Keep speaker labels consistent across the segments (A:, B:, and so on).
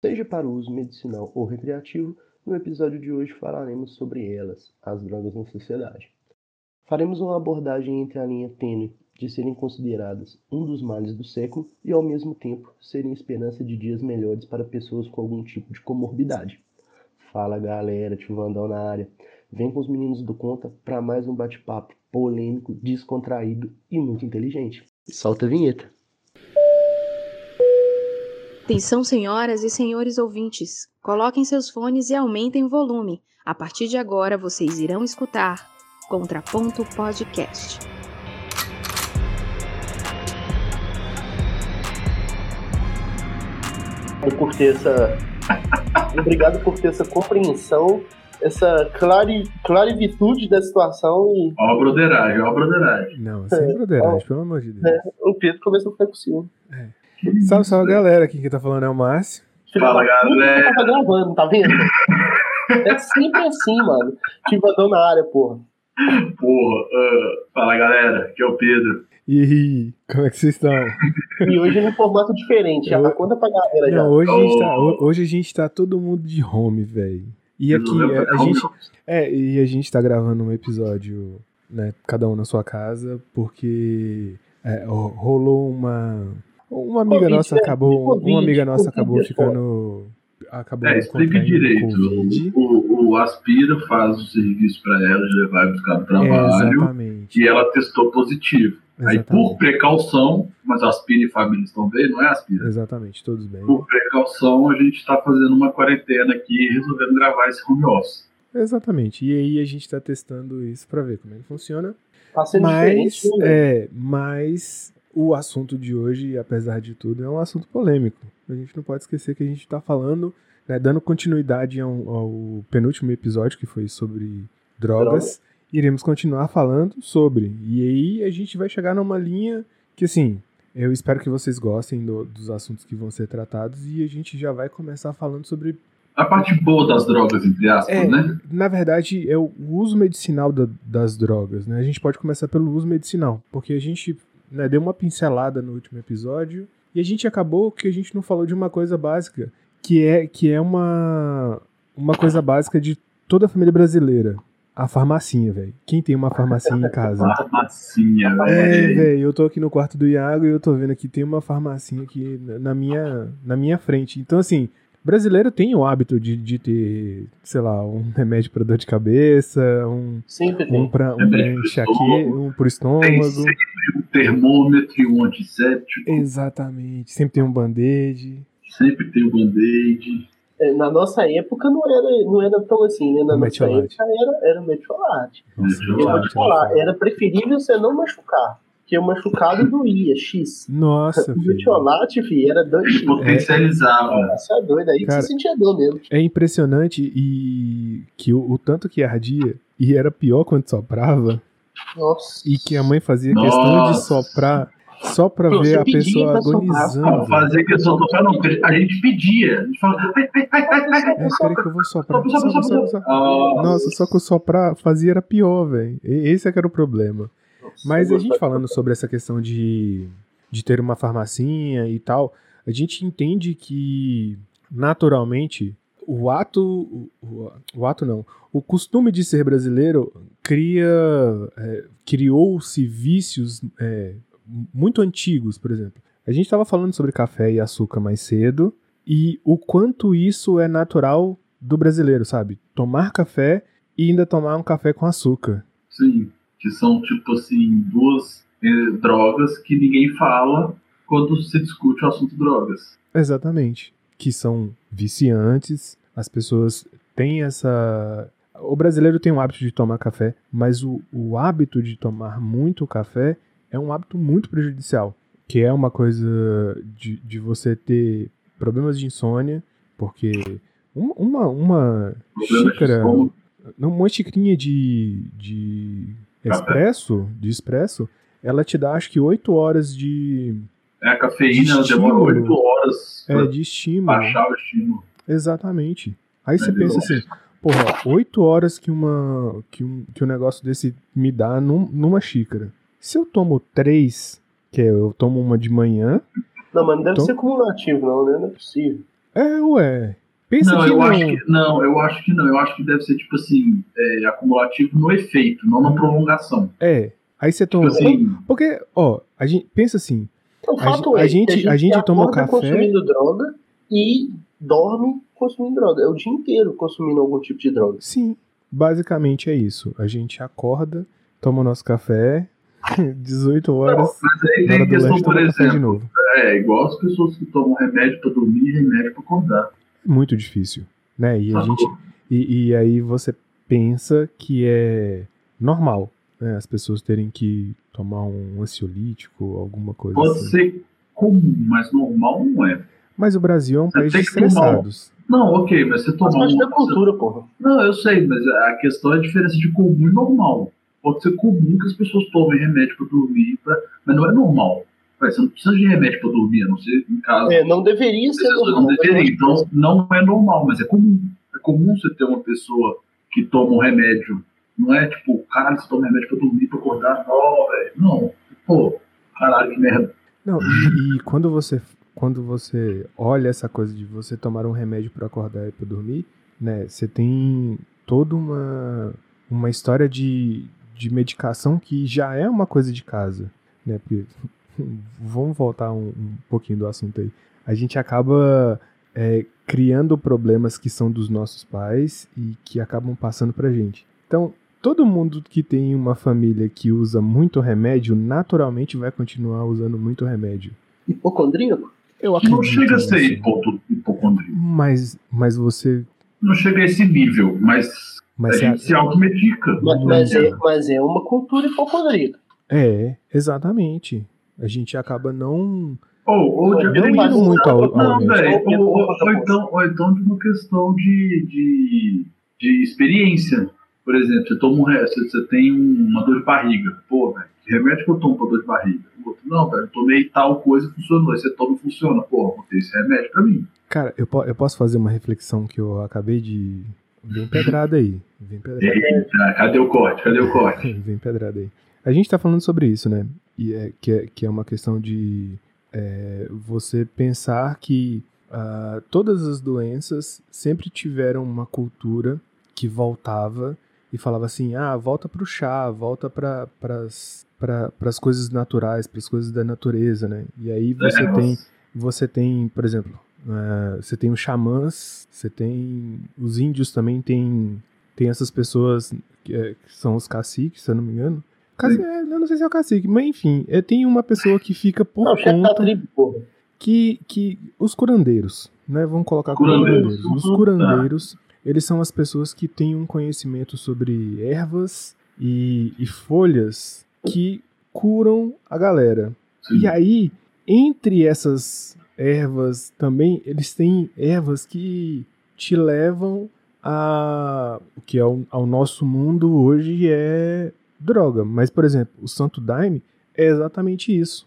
A: seja para uso medicinal ou recreativo, no episódio de hoje falaremos sobre elas, as drogas na sociedade. Faremos uma abordagem entre a linha tênue de serem consideradas um dos males do século e, ao mesmo tempo, serem esperança de dias melhores para pessoas com algum tipo de comorbidade. Fala galera, Tio Vandal na área. Vem com os meninos do Conta para mais um bate-papo polêmico, descontraído e muito inteligente. Solta a vinheta.
B: Atenção, senhoras e senhores ouvintes. Coloquem seus fones e aumentem o volume. A partir de agora, vocês irão escutar Contraponto Podcast.
A: Eu curti essa. Obrigado por ter essa compreensão, essa clari... clarivitude da situação. E
C: Ó, a broderagem, ó, a broderagem.
D: Não, sem broderagem, pelo amor de Deus.
A: o Pedro começou a ficar com ciúme.
D: Salve, salve galera, aqui quem tá falando é o Márcio.
C: Fala, galera.
A: Tava gravando, Tipo, tá vendo? É sempre assim, mano. Tio Vandal na área, porra.
C: Porra, ah, fala galera, aqui é o Pedro.
D: E como é que vocês estão?
A: E hoje é um formato diferente. Já tá conta pra galera já.
D: Não, hoje, a gente tá, ho- hoje a gente tá todo mundo de home, velho. E aqui,
C: Resolveu
D: é,
C: fazer um
D: a
C: home
D: gente,
C: office.
D: é, e a gente tá gravando um episódio, né, cada um na sua casa, porque é, ro- rolou uma... Uma amiga
A: Covid,
D: nossa
A: né?
D: acabou,
A: Covid,
D: uma amiga
A: Covid, é
D: nossa acabou
A: porra.
D: ficando... Acabou
C: É, explique
D: contraindo
C: direito.
D: Covid.
C: O, o- o Aspira faz o serviço pra ela de levar e buscar do
D: É,
C: trabalho.
D: exatamente.
C: e ela testou positivo. Aí, por precaução, mas Aspira e família estão bem, não é Aspira?
D: Exatamente, todos bem.
C: Por precaução, a gente tá fazendo uma quarentena aqui e resolvendo gravar esse home office.
D: Exatamente. E aí a gente tá testando isso pra ver como é que funciona.
A: Tá sendo
D: Mas,
A: diferente. né?
D: é, mas o assunto de hoje, apesar de tudo, é um assunto polêmico. A gente não pode esquecer que a gente tá falando, né, dando continuidade ao, ao penúltimo episódio, que foi sobre drogas. Iremos continuar falando sobre. E aí a gente vai chegar numa linha que, assim, eu espero que vocês gostem do- dos assuntos que vão ser tratados. E a gente já vai começar falando sobre
C: A parte boa das drogas, entre aspas,
D: É.
C: né?
D: na verdade, é o uso medicinal da- das drogas, né? A gente pode começar pelo uso medicinal, porque a gente né, deu uma pincelada no último episódio e a gente acabou que a gente não falou de uma coisa básica, que é, que é uma, uma coisa básica de toda a família brasileira. A farmacinha, velho. Quem tem uma farmacinha em casa?
C: Farmacinha,
D: É,
C: velho.
D: velho, eu tô aqui no quarto do Iago e eu tô vendo que tem uma farmacinha aqui na- na minha, na minha frente. Então, assim, brasileiro tem o hábito de, de ter, sei lá, um remédio pra dor de cabeça, um,
A: Sempre tem.
D: um pra, um pra
C: Remédio pro
D: enxaqueca,
C: estômago.
D: um pro
C: Tem
D: estômago.
C: sempre um termômetro e um antisséptico.
D: Exatamente. Sempre tem um band-aid.
C: Sempre tem o band-aid.
A: É, Na nossa época não era, não era tão assim, né? Na
D: O
A: nossa
D: metiolate.
A: época era, era o metiolate.
D: Nossa,
C: Uhum.
A: Eu
C: Eu
A: vou
D: metiolate,
A: te falar,
D: né?
A: era preferível você não machucar. Porque o machucado doía, X.
D: Nossa,
A: O
D: velho.
A: metiolate, fi, era
C: Ele
A: 2x.
C: potencializava.
A: Você é doido aí que
D: Cara-
A: você sentia dor mesmo.
D: É impressionante e que o, o tanto que ardia e era pior quando soprava.
A: Nossa.
D: e que a mãe fazia questão de
C: Nossa.
D: soprar só pra
A: Você
D: ver a
A: pedia
D: pessoa
A: pra soprar.
C: Não,
D: agonizando.
C: fazer questão do não, porque a gente pedia. A gente falava, ai, ai, ai, ai, ai,
D: É, espera que eu vou soprar.
C: Sopra, sopra,
D: Sopra, sopra, sopra.
C: Ah,
D: Nossa, só que o soprar fazia era pior, velho. E- Esse é que era o problema.
A: Nossa,
D: Mas
A: eu
D: a gente
A: gostava.
D: falando sobre essa questão de, de ter uma farmacinha e tal, a gente entende que, naturalmente, o ato. O, o- o ato não. O costume de ser brasileiro cria. é, criou-se vícios é, muito antigos, por exemplo. A gente estava falando sobre café e açúcar mais cedo, e o quanto isso é natural do brasileiro, sabe? Tomar café e ainda tomar um café com açúcar.
C: Ah, Sim, que são tipo assim, duas eh, drogas que ninguém fala quando se discute o assunto drogas.
D: Exatamente. Que são viciantes, as pessoas têm essa. O brasileiro tem o hábito de tomar café, mas o, o hábito de tomar muito café é um hábito muito prejudicial. Que é uma coisa de, de você ter problemas de insônia, porque um- uma, uma
C: Problema é de
D: xícara.
C: estômago.
D: Não, uma xicrinha de, de
C: Café.
D: expresso, de expresso, ela te dá acho que 8 horas de,
C: É, a cafeína ela demora
D: Estímulo.
C: oito horas
D: é,
C: pra
D: de estímulo.
C: baixar o estímulo.
D: Exatamente. Aí você
C: Mas
D: pensa
C: eu-
D: assim, porra, oito horas que uma que um, que um negócio desse me dá num- numa xícara. Se eu tomo três, que é eu tomo uma de manhã,
A: Não, mas não deve
D: Então-
A: ser cumulativo, não, né? Não é possível.
D: É, ué. Pensa assim
C: não,
D: que
C: eu
D: não.
C: acho que não, eu acho que não. Eu acho que deve ser tipo assim, é, acumulativo no efeito, não na prolongação.
D: É. Aí você
C: Tipo
D: toma.
C: assim,
D: Porque, ó, a gente pensa assim.
E: Então, o
D: A
E: fato
D: gen- a
E: é, que
D: gente- a gente
E: acorda
D: toma café-
E: consumindo droga e dorme consumindo droga. É o dia inteiro consumindo algum tipo de droga.
D: Sim, basicamente é isso. A gente acorda, toma o nosso café, 18 horas,
C: mas aí
D: na
C: tem
D: hora do
C: questão,
D: lanche,
C: por
D: tá toma café de
C: exemplo,
D: novo.
C: é igual as pessoas que tomam remédio pra dormir e remédio pra acordar.
D: Muito difícil, né? E a
C: sacou?
D: gente E, e aí você pensa que é normal, né? As pessoas terem que tomar um ansiolítico, alguma coisa
C: Pode
D: assim.
C: ser comum, mas normal não é.
D: Mas o Brasil é um
C: Você
D: país de
C: tem que tomar um.
D: estressados.
C: Não, ok, mas você
E: Faz
C: tomar
E: parte
C: um.
E: da cultura, porra.
C: Não, eu sei, mas a questão é a diferença de comum e normal. Pode ser comum que as pessoas tomem remédio pra dormir, pra... mas não é normal. Vai, Você não precisa de remédio pra dormir, a não ser em casa.
E: É, não deveria ser
C: Essas coisas
E: normal. né?
C: não
E: mas
C: deveriam.
E: eu acho
C: Então, não é normal, mas é comum. É comum você ter uma pessoa que toma um remédio. Não é tipo, caralho, você toma remédio pra dormir, pra acordar. Não, velho. Não. Pô, caralho, que merda.
D: Não, e, e quando você quando você olha essa coisa de você tomar um remédio para acordar e para dormir, né? Você tem toda uma uma história de, de medicação que já é uma coisa de casa, né? Porque, vamos voltar um, um pouquinho do assunto aí. A gente acaba é, criando problemas que são dos nossos pais e que acabam passando pra gente. Então, todo mundo que tem uma família que usa muito remédio, naturalmente vai continuar usando muito remédio.
E: Hipocondríaco?
D: Eu
C: Não chega a ser
D: nisso.
C: hipoto- hipocondria.
D: Mas, mas você.
C: Não chega a esse nível, mas
D: Mas é
C: a gente
D: você
C: se automedica.
E: Mas, mas é, mas é uma cultura hipocondríaca.
D: é, exatamente. A gente acaba não.
C: Ou, ou de
E: Não
D: não
E: faz
D: indo
E: isso,
D: muito ao, ao
C: Não,
E: Realmente.
D: médico.
C: velho. Ou, ou- ou
E: Proposta.
C: então, ou então de uma questão de, de, de experiência. Por exemplo, você toma um re- você, você tem um- uma dor de barriga. Pô, velho, que remédio que eu tomo pra dor de barriga? O outro, não, velho, eu tomei tal coisa e funcionou. Aí você toma e funciona. Pô, vou ter esse remédio pra mim.
D: Cara, eu, po- eu posso fazer uma reflexão que eu acabei de. Vem pedrada aí. Vem pedrada.
C: Eita, Ah, cadê o corte? Cadê o corte?
D: Vem pedrada aí. A gente tá falando sobre isso, né? E é, que, é, que é uma questão de é, você pensar que ah, todas as doenças sempre tiveram uma cultura que voltava e falava assim: ah, volta pro chá, volta pra, pras, pra, pras coisas naturais, pras coisas da natureza, né? E aí você
C: É,
D: tem você tem, por exemplo, eh, você tem os xamãs, você tem. Os índios também tem, tem essas pessoas que, eh, que são os caciques, se eu não me engano. Caci- é, eu não sei se é o cacique, mas enfim, eh, tem uma pessoa que fica por
E: Não, o chefe da
D: conta
E: tribo, porra.
D: que, que os curandeiros, né? Vamos colocar como
C: Curandeiros.
D: curandeiros. Os
E: Uhum,
D: curandeiros, eles são as pessoas que têm um conhecimento sobre ervas e, e folhas que curam a galera.
C: Sim.
E: Hum.
D: E aí, entre essas ervas também, eles têm ervas que te levam a. O que é o- ao nosso mundo hoje é droga. Mas, por exemplo, o Santo Daime é exatamente isso.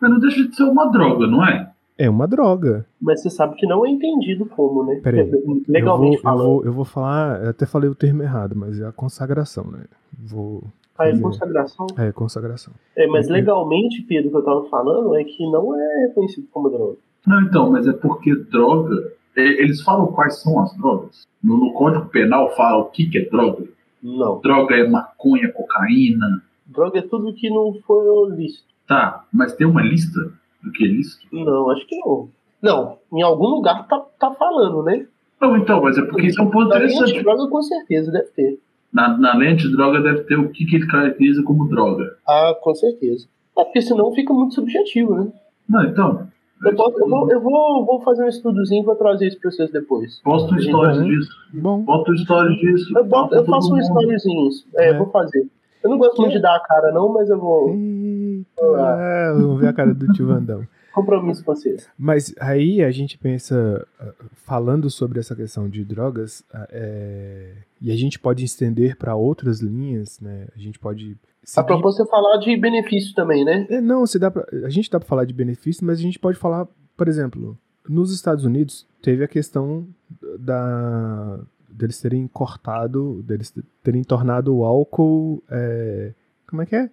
C: Mas não deixa de ser uma droga, não é?
D: É uma droga.
E: Mas você sabe que não é entendido como, né?
D: Peraí.
E: Legalmente
D: eu vou, eu,
E: falando.
D: vou, eu vou falar, eu até falei o termo errado, mas é a consagração, né? Vou.
E: Ah, é
D: fazer-
E: consagração.
D: É, consagração.
E: É, mas
D: Uhum.
E: legalmente, Pedro, o que eu tava falando é que não é reconhecido como droga.
C: Não, então, mas é porque droga. e- Eles falam quais são as drogas. No, no Código Penal fala o que, que é droga.
E: Não.
C: Droga é maconha, cocaína,
E: Droga é tudo que não foi lícito.
C: Tá, mas tem uma lista do que é lícito?
E: Não, acho que não. Não, em algum lugar tá, tá falando, né?
C: Não, então, mas é porque isso é um ponto
E: Na linha de
C: interessante.
E: droga com certeza deve ter.
C: Na, na lente, droga deve ter o que, que ele caracteriza como droga.
E: Ah, com certeza. É porque senão fica muito subjetivo, né?
C: Não, então.
E: Eu, posso- eu vou, eu vou, vou fazer um estudozinho e vou trazer isso pra vocês depois.
C: Posto histórias
D: Uhum.
C: um disso.
D: Bom,
C: Posto histórias disso.
E: Eu, boto- eu
C: Todo
E: faço um
C: mundo.
E: storyzinho. É,
D: É.
E: vou fazer. Eu não gosto muito de dar a cara, não, mas eu vou.
D: eita, vamos ver a cara do tio Vandão.
E: Compromisso com vocês.
D: Mas aí a gente pensa, ah, falando sobre essa questão de drogas, ah, é, e a gente pode estender para outras linhas, né? A gente pode. se
E: A proposta é falar de benefício também, né?
D: é, não, se dá pra, a gente dá para falar de benefício, mas a gente pode falar, por exemplo, nos Estados Unidos teve a questão da deles terem cortado, deles terem tornado o álcool, é, como é que é?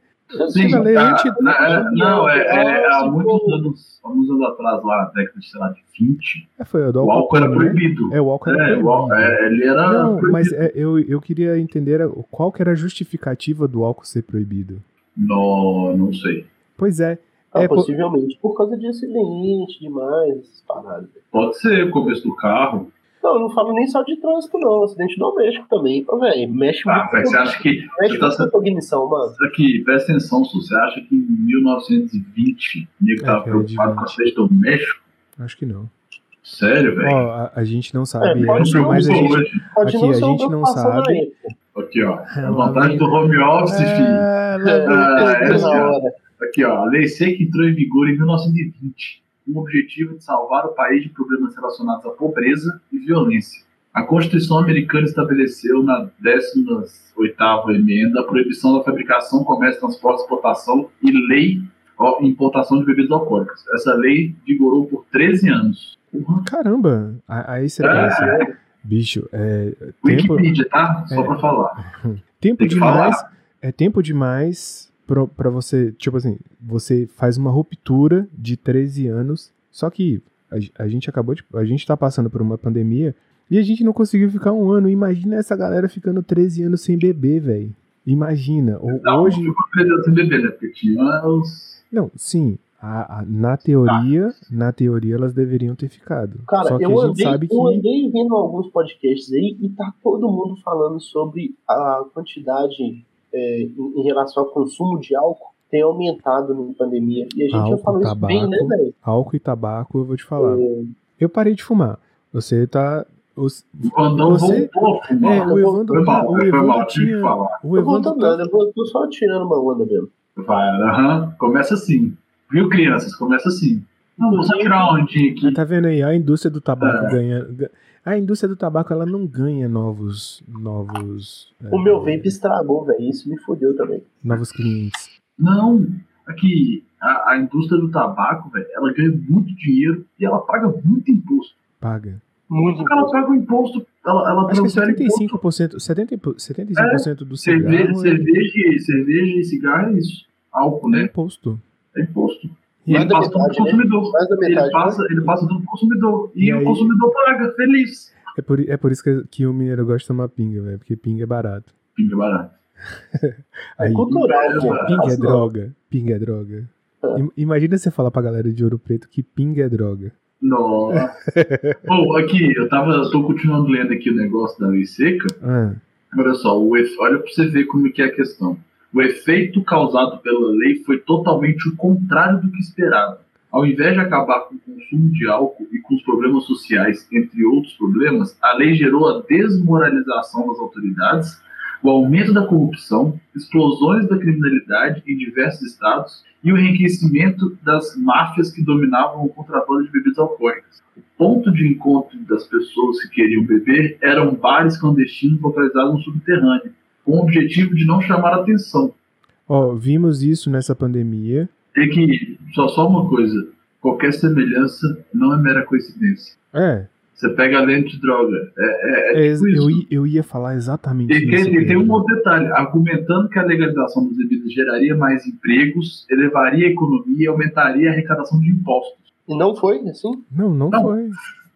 C: Sim,
D: Quando a lei
C: tá,
D: anti-
C: na- é, não, é, é,
A: Ah,
C: há
A: se
E: tipo,
C: muitos
A: for-
C: anos, há muitos anos atrás, lá na década de, sei lá, de 20,
D: É, foi o do
C: o álcool era
D: né?
C: proibido.
D: É, o álcool era
C: É,
D: proibido.
C: o álcool, é, ele era
A: Ah,
D: Não,
C: proibido.
D: mas é, eu, eu queria entender a- qual que era a justificativa do álcool ser proibido.
C: Não, não sei.
D: Pois é,
A: Ah,
D: É, pô-
A: possivelmente por causa de acidente, demais, essas paradas.
C: Pode ser o começo do carro.
A: Não, eu não falo nem só de trânsito, não. Acidente doméstico também, pô, velho. Mexe
C: Ah,
A: muito,
C: mas você acha que.
A: mexe
C: você
A: muito
C: tá
A: com a cognição, mano.
C: Aqui, presta atenção, Su, você acha que em 1920 o nego
D: É,
C: tava
D: que era de
C: preocupado com
D: 20.
C: acidente doméstico?
D: acho que não.
C: Sério, velho?
D: Ó, a, a gente não sabe
A: É, pode
D: essa,
A: ser um
D: mas a
A: pouco,
D: gente.
C: hoje.
A: Pode
D: Aqui,
A: não
D: a
A: ser uma
D: gente não
A: preocupação na
D: sabe.
A: época.
C: Aqui, ó.
D: É,
C: A vantagem do home office, filho.
D: É,
C: Ah,
A: É,
C: essa-
A: na hora.
C: Aqui, ó. A lei seca entrou em vigor em 1920, com o objetivo é de salvar o país de problemas relacionados à pobreza e violência. A Constituição americana estabeleceu na 18ª emenda a proibição da fabricação, comércio, transporte, exportação e lei ó, importação de bebidas alcoólicas. Essa lei vigorou por 13 anos. Porra.
D: Caramba! a- Aí você
C: Ah.
A: é.
D: pensa, bicho, é tempo,
C: Wikipedia, tá? Só
D: É.
C: pra falar.
D: tempo
C: Tem que
D: demais. É tempo demais pro- pra você. Tipo assim, você faz uma ruptura de 13 anos. Só que a, ge- a gente acabou de. A gente tá passando por uma pandemia e a gente não conseguiu ficar um ano. Imagina essa galera ficando 13 anos sem beber, velho. Imagina. O-
C: Não,
D: hoje.
C: ficou três anos sem beber, né? Porque tinha os...
D: Não, sim. a- a- na teoria, na teoria, elas deveriam ter ficado.
A: Cara,
D: Só que
A: eu,
D: a gente
A: andei, um
D: sabe que.
A: eu andei vendo alguns podcasts aí e tá todo mundo falando sobre a quantidade é, em em relação ao consumo de álcool tem aumentado na pandemia. E a gente já
D: Álcool,
A: falou isso bem, né,
D: tabaco. tá
A: velho?
D: álcool e tabaco, eu vou te falar. Eu parei de fumar. Você tá. os-
C: O Vandão
D: Você-
C: voltou a fumar.
D: É, o Evandro,
C: Foi mal,
D: o
C: foi mal,
D: Evandro
C: tive que
D: tinha.
C: falar.
D: O
A: Eu vou
D: Evandro tá-
A: andando, eu vou- tô só tirando uma onda mesmo.
C: Vai, aham. Começa assim. Viu, crianças? Começa assim. Não, vou só tirar uma ondinha aqui.
D: Ah, tá vendo aí? A indústria do tabaco
C: É.
D: ganha. ga- A indústria do tabaco ela não ganha novos. novos
A: O
D: eh,
A: meu vape estragou, velho. Isso me fodeu também.
D: Novos clientes.
C: Não, aqui, a, a indústria do tabaco, velho, ela ganha muito dinheiro e ela paga muito imposto.
D: Paga.
A: Muito
C: Ela paga o imposto, ela, ela
D: Acho que é
C: transfere imposto. É,
D: 75%. 70, e pou- 75% do
C: Cerveja,
D: cigarro é
C: cerveja, e- cerveja e cigarro é isso. Álcool, né?
D: imposto.
C: É imposto. E
D: E
C: ele
A: Nada
C: passa tudo pro
A: metade, né?
C: consumidor.
A: Mais da
C: Ele
A: metade.
C: passa, ele passa tudo pro consumidor. E,
D: E
C: o
D: aí-
C: consumidor paga, feliz.
D: É por, é por isso que, que o mineiro gosta de tomar pinga, velho. Porque pinga é barato.
C: Pinga barato.
D: Aí,
A: Cultural, né? pô.
D: pinga é
C: Nossa.
D: droga. Pinga é droga.
A: É.
D: Im- Imagina você falar pra galera de ouro preto que pinga é droga.
C: Nossa. Bom, aqui, eu tava. Eu tô continuando lendo aqui o negócio da lei seca.
D: Ah,
C: Olha só, o efe- olha pra você ver como que é a questão. O efeito causado pela lei foi totalmente o contrário do que esperado. Ao invés de acabar com o consumo de álcool e com os problemas sociais, entre outros problemas, a lei gerou a desmoralização das autoridades, o aumento da corrupção, explosões da criminalidade em diversos estados e o enriquecimento das máfias que dominavam o contrabando de bebidas alcoólicas ponto de encontro das pessoas que queriam beber eram bares clandestinos localizados no subterrâneo, com o objetivo de não chamar atenção.
D: Ó, vimos isso nessa pandemia.
C: E que, só, só uma coisa, qualquer semelhança não é mera coincidência.
D: É,
C: Você pega a lente de droga. É, é, é
D: é,
C: tipo
D: eu,
C: isso.
D: i- eu ia falar exatamente
C: E
D: isso.
C: tem, e tem um
D: Pedro.
C: outro detalhe, argumentando que a legalização dos bebidas geraria mais empregos, elevaria a economia e aumentaria a arrecadação de impostos.
A: E não foi, assim?
D: Não, não,
C: Não.
D: foi.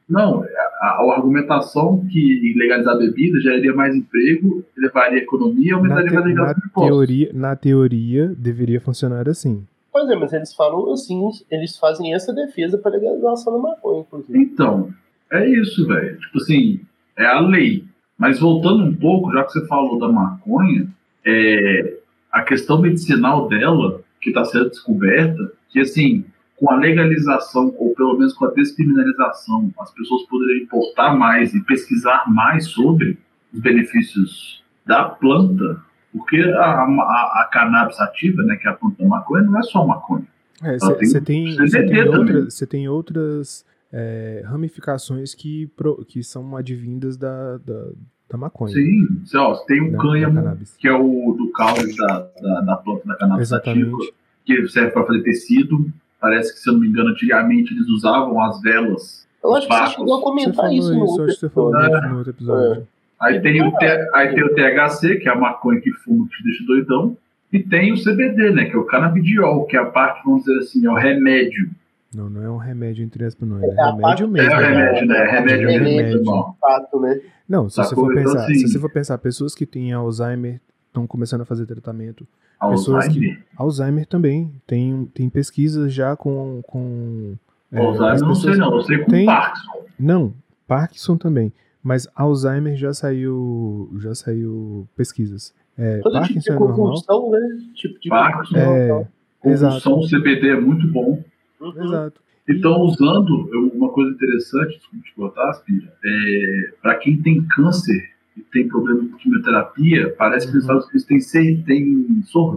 C: Não, a, a- a argumentação que legalizar bebida geraria mais emprego, elevaria a economia e
D: Na,
C: aumentaria
D: te-
C: a
D: na
C: legalização de impostos.
D: teoria, na teoria, deveria funcionar assim.
A: Pois é, mas eles falam assim, eles fazem essa defesa pra legalização da maconha, inclusive.
C: Então, é isso, velho. Tipo assim, é a lei. Mas voltando um pouco, já que você falou da maconha, é, a questão medicinal dela, que está sendo descoberta, que assim, com a legalização, ou pelo menos com a descriminalização, as pessoas poderiam importar mais e pesquisar mais sobre os benefícios da planta, porque a, a, a cannabis ativa, né, que é a planta da maconha, não é só maconha.
D: É, cê-
C: Ah, tem
D: cê tem-
C: CBD
D: cê tem
C: também.
D: outras- cê tem outras é, ramificações que, pro- que são advindas da, da, da maconha. né,
C: Sim, você, ó, você tem um
D: da- da
C: cânhamo
D: cannabis.
C: que é o do caule da, da, da planta da cannabis ativa,
D: Exatamente.
C: que serve para fazer tecido. Parece que, se eu não me engano, antigamente eles usavam as velas.
A: Eu acho que você
C: Barcos.
A: chegou a
D: Você
A: comentar
D: falou
A: isso
D: isso,
A: no
D: acho que
A: outro
D: você falou
A: episódio. É
D: isso no outro episódio.
C: Aí tem, o T- aí tem o THC, que é a maconha que fuma que te deixa doidão. E tem o CBD, né? Que é o canabidiol, que é a parte, vamos dizer assim, é o remédio.
D: Não, não é um remédio entre aspas,
A: É, a
D: não. É remédio
A: parte-
D: mesmo.
C: é o
D: né?
C: remédio, né? Remédio,
D: É
C: remédio,
D: remédio.
C: irmão.
A: fato, né?
D: Não, se você
C: Sacou?
D: for
C: Então,
D: pensar,
C: assim-
D: se você for pensar, pessoas que têm Alzheimer estão começando a fazer tratamento. Pessoas que-
C: Alzheimer.
D: Alzheimer também tem tem pesquisas já com com é,
C: Alzheimer
D: as
C: eu não sei,
D: pessoas-
C: não. Eu sei com
D: Tem-
C: Parkinson.
D: Não, Parkinson também, mas Alzheimer já saiu já saiu pesquisas. É,
A: Todo tipo
D: Parkinson
A: de
D: é normal. É,
A: convulsão, né? Tipo de
C: Parkinson.
A: convulsão.
D: Exato.
C: Convulsão, CBD é muito bom.
A: Uhum.
D: Exato.
C: Então, usando eu- uma coisa interessante, desculpa te cortar, Aspira, é, para quem tem câncer e tem problema com quimioterapia, parece que
D: Uhum.
C: nos Estados Unidos tem, se- tem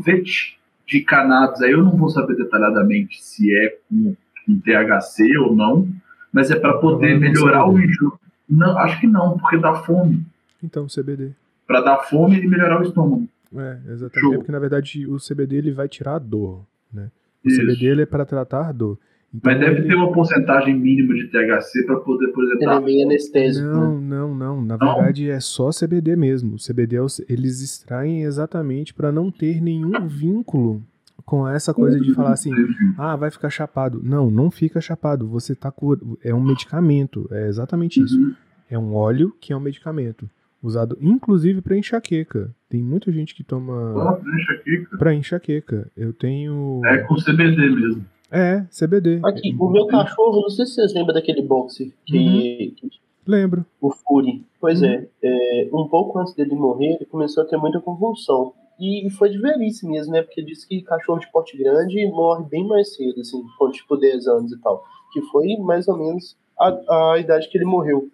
C: sorvete de cannabis. Aí eu não vou saber detalhadamente se é com, com THC ou não, mas é para poder
D: Provavelmente
C: melhorar o
D: CBD.
C: enjoo. Não, acho que não, porque dá fome.
D: Então, CBD.
C: Para dar fome e melhorar o estômago.
D: É,
C: Show.
D: exatamente. É porque na verdade o CBD ele vai tirar a dor, né? O
C: Isso.
D: CBD ele é para tratar a dor. Então,
C: Mas deve
D: ele-
C: ter uma porcentagem mínima de THC para poder, por exemplo,
A: Ele é
C: dar
A: meio anestésico. né?
D: Não, não, não. Na
C: Não?
D: verdade é só CBD mesmo. O CBD é o- eles extraem exatamente para não ter nenhum vínculo com essa coisa de falar assim,
C: Uhum.
D: ah, vai ficar chapado. Não, não fica chapado. Você tá cur... é um medicamento, é exatamente isso.
C: Uhum.
D: É um óleo que é um medicamento usado inclusive para enxaqueca. Tem muita gente que toma
C: Ó, deixa aqui, cara.
D: para enxaqueca. Eu tenho
C: É com CBD mesmo.
D: é CBD.
A: Aqui, o meu cachorro, não sei se vocês lembram daquele boxer
D: Uhum.
A: que, que-
D: Lembro.
A: o Fury. Pois
D: Uhum.
A: é, é, um pouco antes dele morrer, ele começou a ter muita convulsão. E foi de velhice mesmo, né? Porque diz que cachorro de porte grande morre bem mais cedo, assim, com tipo 10 anos e tal. Que foi mais ou menos a, a idade que ele morreu.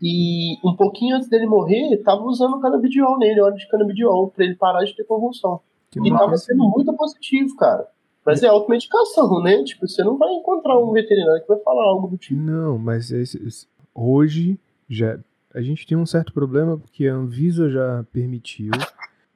A: E um pouquinho antes dele morrer, tava usando canabidiol nele, óleo de canabidiol, pra ele parar de ter convulsão.
D: Que
A: E tava
D: massa.
A: sendo muito positivo, cara. Mas é automedicação, né? Tipo, você não vai encontrar um veterinário que vai falar algo do tipo.
D: Não, mas é esse- esse- hoje já a gente tem um certo problema porque a Anvisa já permitiu,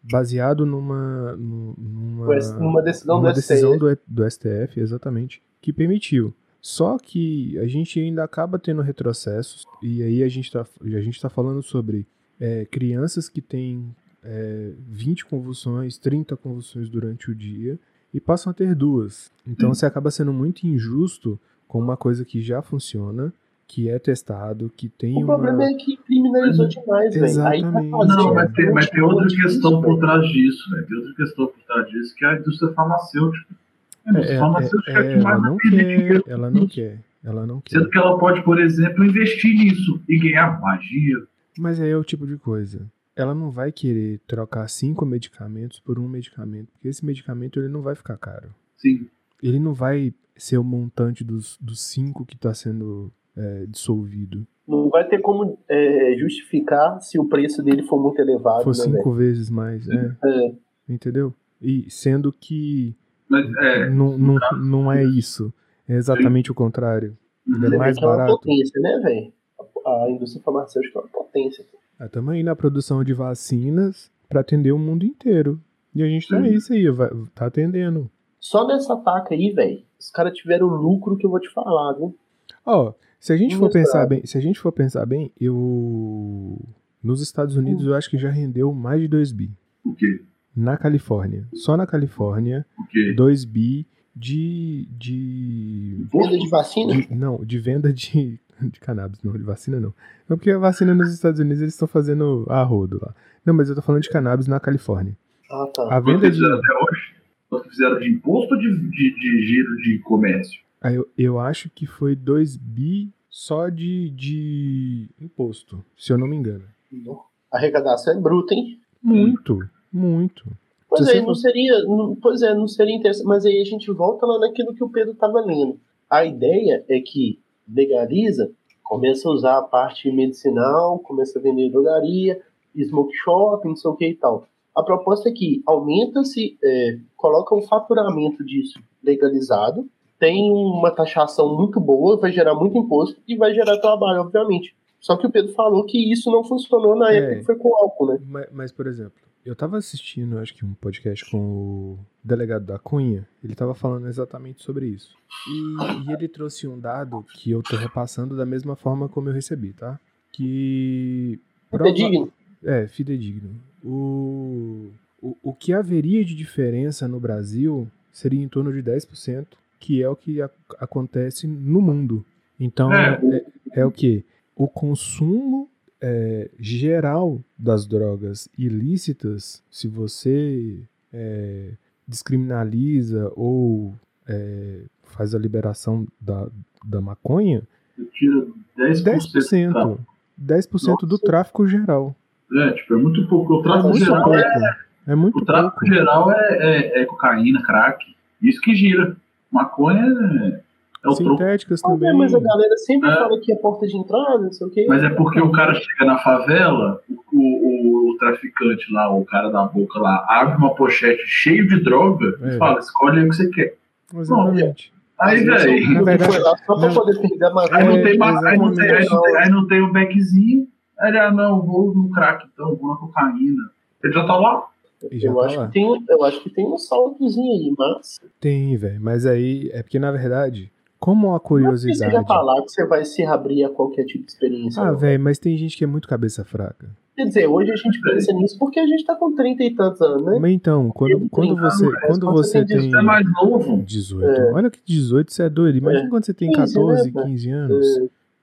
D: baseado numa nu- numa,
A: Mas numa decisão do
D: numa
A: STF.
D: decisão do, E- do STF, exatamente, que permitiu. Só que a gente ainda acaba tendo retrocessos e aí a gente está a gente tá falando sobre é, crianças que têm é, 20 convulsões, 30 convulsões durante o dia e passam a ter duas. Então
C: Hum.
D: você acaba sendo muito injusto com uma coisa que já funciona, que é testado, que tem
A: O
D: uma.
A: problema é que criminalizou demais, velho. Aí tá
D: né? Uhum. Exatamente.
A: fazendo
C: Não, mas tem, mas tem outra
A: muito
C: questão
A: isso,
C: por
A: velho.
C: trás disso, né? Tem outra questão por trás disso, que é a indústria farmacêutica. A
D: É, é,
C: indústria farmacêutica é, a
D: é,
C: que
D: ela
C: mais
D: não
C: perde
D: quer,
C: dinheiro.
D: ela não quer, ela não quer.
C: Sendo que ela pode, por exemplo, investir nisso e ganhar mais dinheiro.
D: Mas aí é o tipo de coisa. Ela não vai querer trocar cinco medicamentos por um medicamento, porque esse medicamento ele não vai ficar caro.
C: Sim.
D: Ele não vai ser o montante dos, dos cinco que está sendo é, dissolvido.
A: Não vai ter como é, justificar se o preço dele for muito elevado,
D: For
A: né, velho?
D: cinco vezes mais, é,
A: É,
D: entendeu? E sendo que
C: Mas é.
D: não, não, não é isso. É exatamente o contrário. Ele é
A: você vê
D: mais
A: que é uma
D: barato.
A: potência, né, velho? A, a indústria farmacêutica é uma potência.
D: Estamos aí na produção de vacinas para atender o mundo inteiro. E a gente tá
C: Sim.
D: isso aí, vai, tá atendendo.
A: Só nessa ataca aí, velho, os caras tiveram lucro que eu vou te falar, viu?
D: Ó, se a gente for
A: Vamos
D: pensar
A: lá.
D: bem, se a gente for pensar bem, eu nos Estados Unidos eu acho que já rendeu mais de 2 bi
C: O quê?
D: na Califórnia. Só na Califórnia,
C: O quê?
D: 2 bi de de
A: Venda de vacina?
D: de- não, de venda de, de cannabis, não, de vacina não. Não, porque a vacina nos Estados Unidos eles estão fazendo a rodo lá. Não, mas eu tô falando de cannabis na Califórnia.
A: Ah, tá.
D: A
C: Quanto
D: venda
C: que
D: de.
C: fizeram até hoje? Quanto que fizeram de imposto ou de, de, de giro de comércio?
D: Ah, eu, eu acho que foi 2 bi só de, de imposto, se eu não me engano.
A: A arrecadação é bruta, hein?
D: Muito, muito.
A: Pois
D: Se
A: é,
D: você
A: não
D: for-
A: seria, não- pois é, não seria interessante, mas aí a gente volta lá naquilo que o Pedro estava lendo. A ideia é que legaliza, começa a usar a parte medicinal, começa a vender em drogaria, smoke shop, não sei o que e tal. A proposta é que aumenta-se, é, coloca um faturamento disso legalizado, tem uma taxação muito boa, vai gerar muito imposto e vai gerar trabalho, obviamente. Só que o Pedro falou que isso não funcionou na
D: É.
A: época que foi com álcool, né?
D: Ma- Mas, por exemplo, eu tava assistindo, acho que um podcast com o delegado da Cunha, ele tava falando exatamente sobre isso. E, e ele trouxe um dado que eu tô repassando da mesma forma como eu recebi, tá? Que.
A: É digno.
D: É, fidedigno. O, O, o que haveria de diferença no Brasil seria em torno de 10%, que é o que a- acontece no mundo. Então,
C: É, o-
D: é, é o que? O consumo é, geral das drogas ilícitas, se você é, descriminaliza ou é, faz a liberação da, da maconha,
C: Você tira 10%. tá.
D: 10%. 10% do
A: Nossa.
D: tráfico geral.
C: É, tipo, é muito pouco. O
D: É
C: tráfico
D: muito
C: geral, é,
D: pouco. É muito
C: o tráfico
D: pouco.
C: geral é, é- é cocaína, crack. Isso que gira. Maconha é, é o troco.
D: Sintéticas
A: Ah,
D: também.
A: né, mas a galera sempre
C: É.
A: fala que é porta de entrada, não sei o quê.
C: Mas é porque o cara chega na favela, o, o- o traficante lá, o cara da boca lá, abre uma pochete cheio de droga
D: É.
C: e fala, escolhe aí o que você quer.
D: Exatamente.
C: Aí, velho,
D: Na
A: Eu
D: verdade,
A: fui lá só pra
D: não. É.
A: poder perder a
C: aí,
A: maconha.
C: não tem ma- aí, não tem- aí não tem-
A: exatamente.
C: aí não tem o backzinho, aí ele, ah, não, vou no crack então, vou na cocaína. Ele já tá lá.
D: E já
A: Eu
D: tá
A: acho,
D: lá.
A: que tem, eu acho que tem um saltozinho aí, mas.
D: Tem, velho. Mas aí é porque, na verdade, como a
A: Não precisa
D: curiosidade.
A: falar que você vai se abrir a qualquer tipo de experiência.
D: Ah,
A: não.
D: velho, mas tem gente que é muito cabeça fraca.
A: Quer dizer, hoje a gente
C: É.
A: pensa nisso porque a gente tá com 30 e tantos anos, né?
D: Mas então, quando,
A: Ele
D: quando
A: tem,
D: você,
A: ah, mas
D: quando
A: quando
D: você
A: você tem
D: tem
C: Você é mais novo,
D: 18, olha que 18 você é doido. Imagina quando você tem
A: 15, né,
D: 14,
A: velho?
D: 15 anos.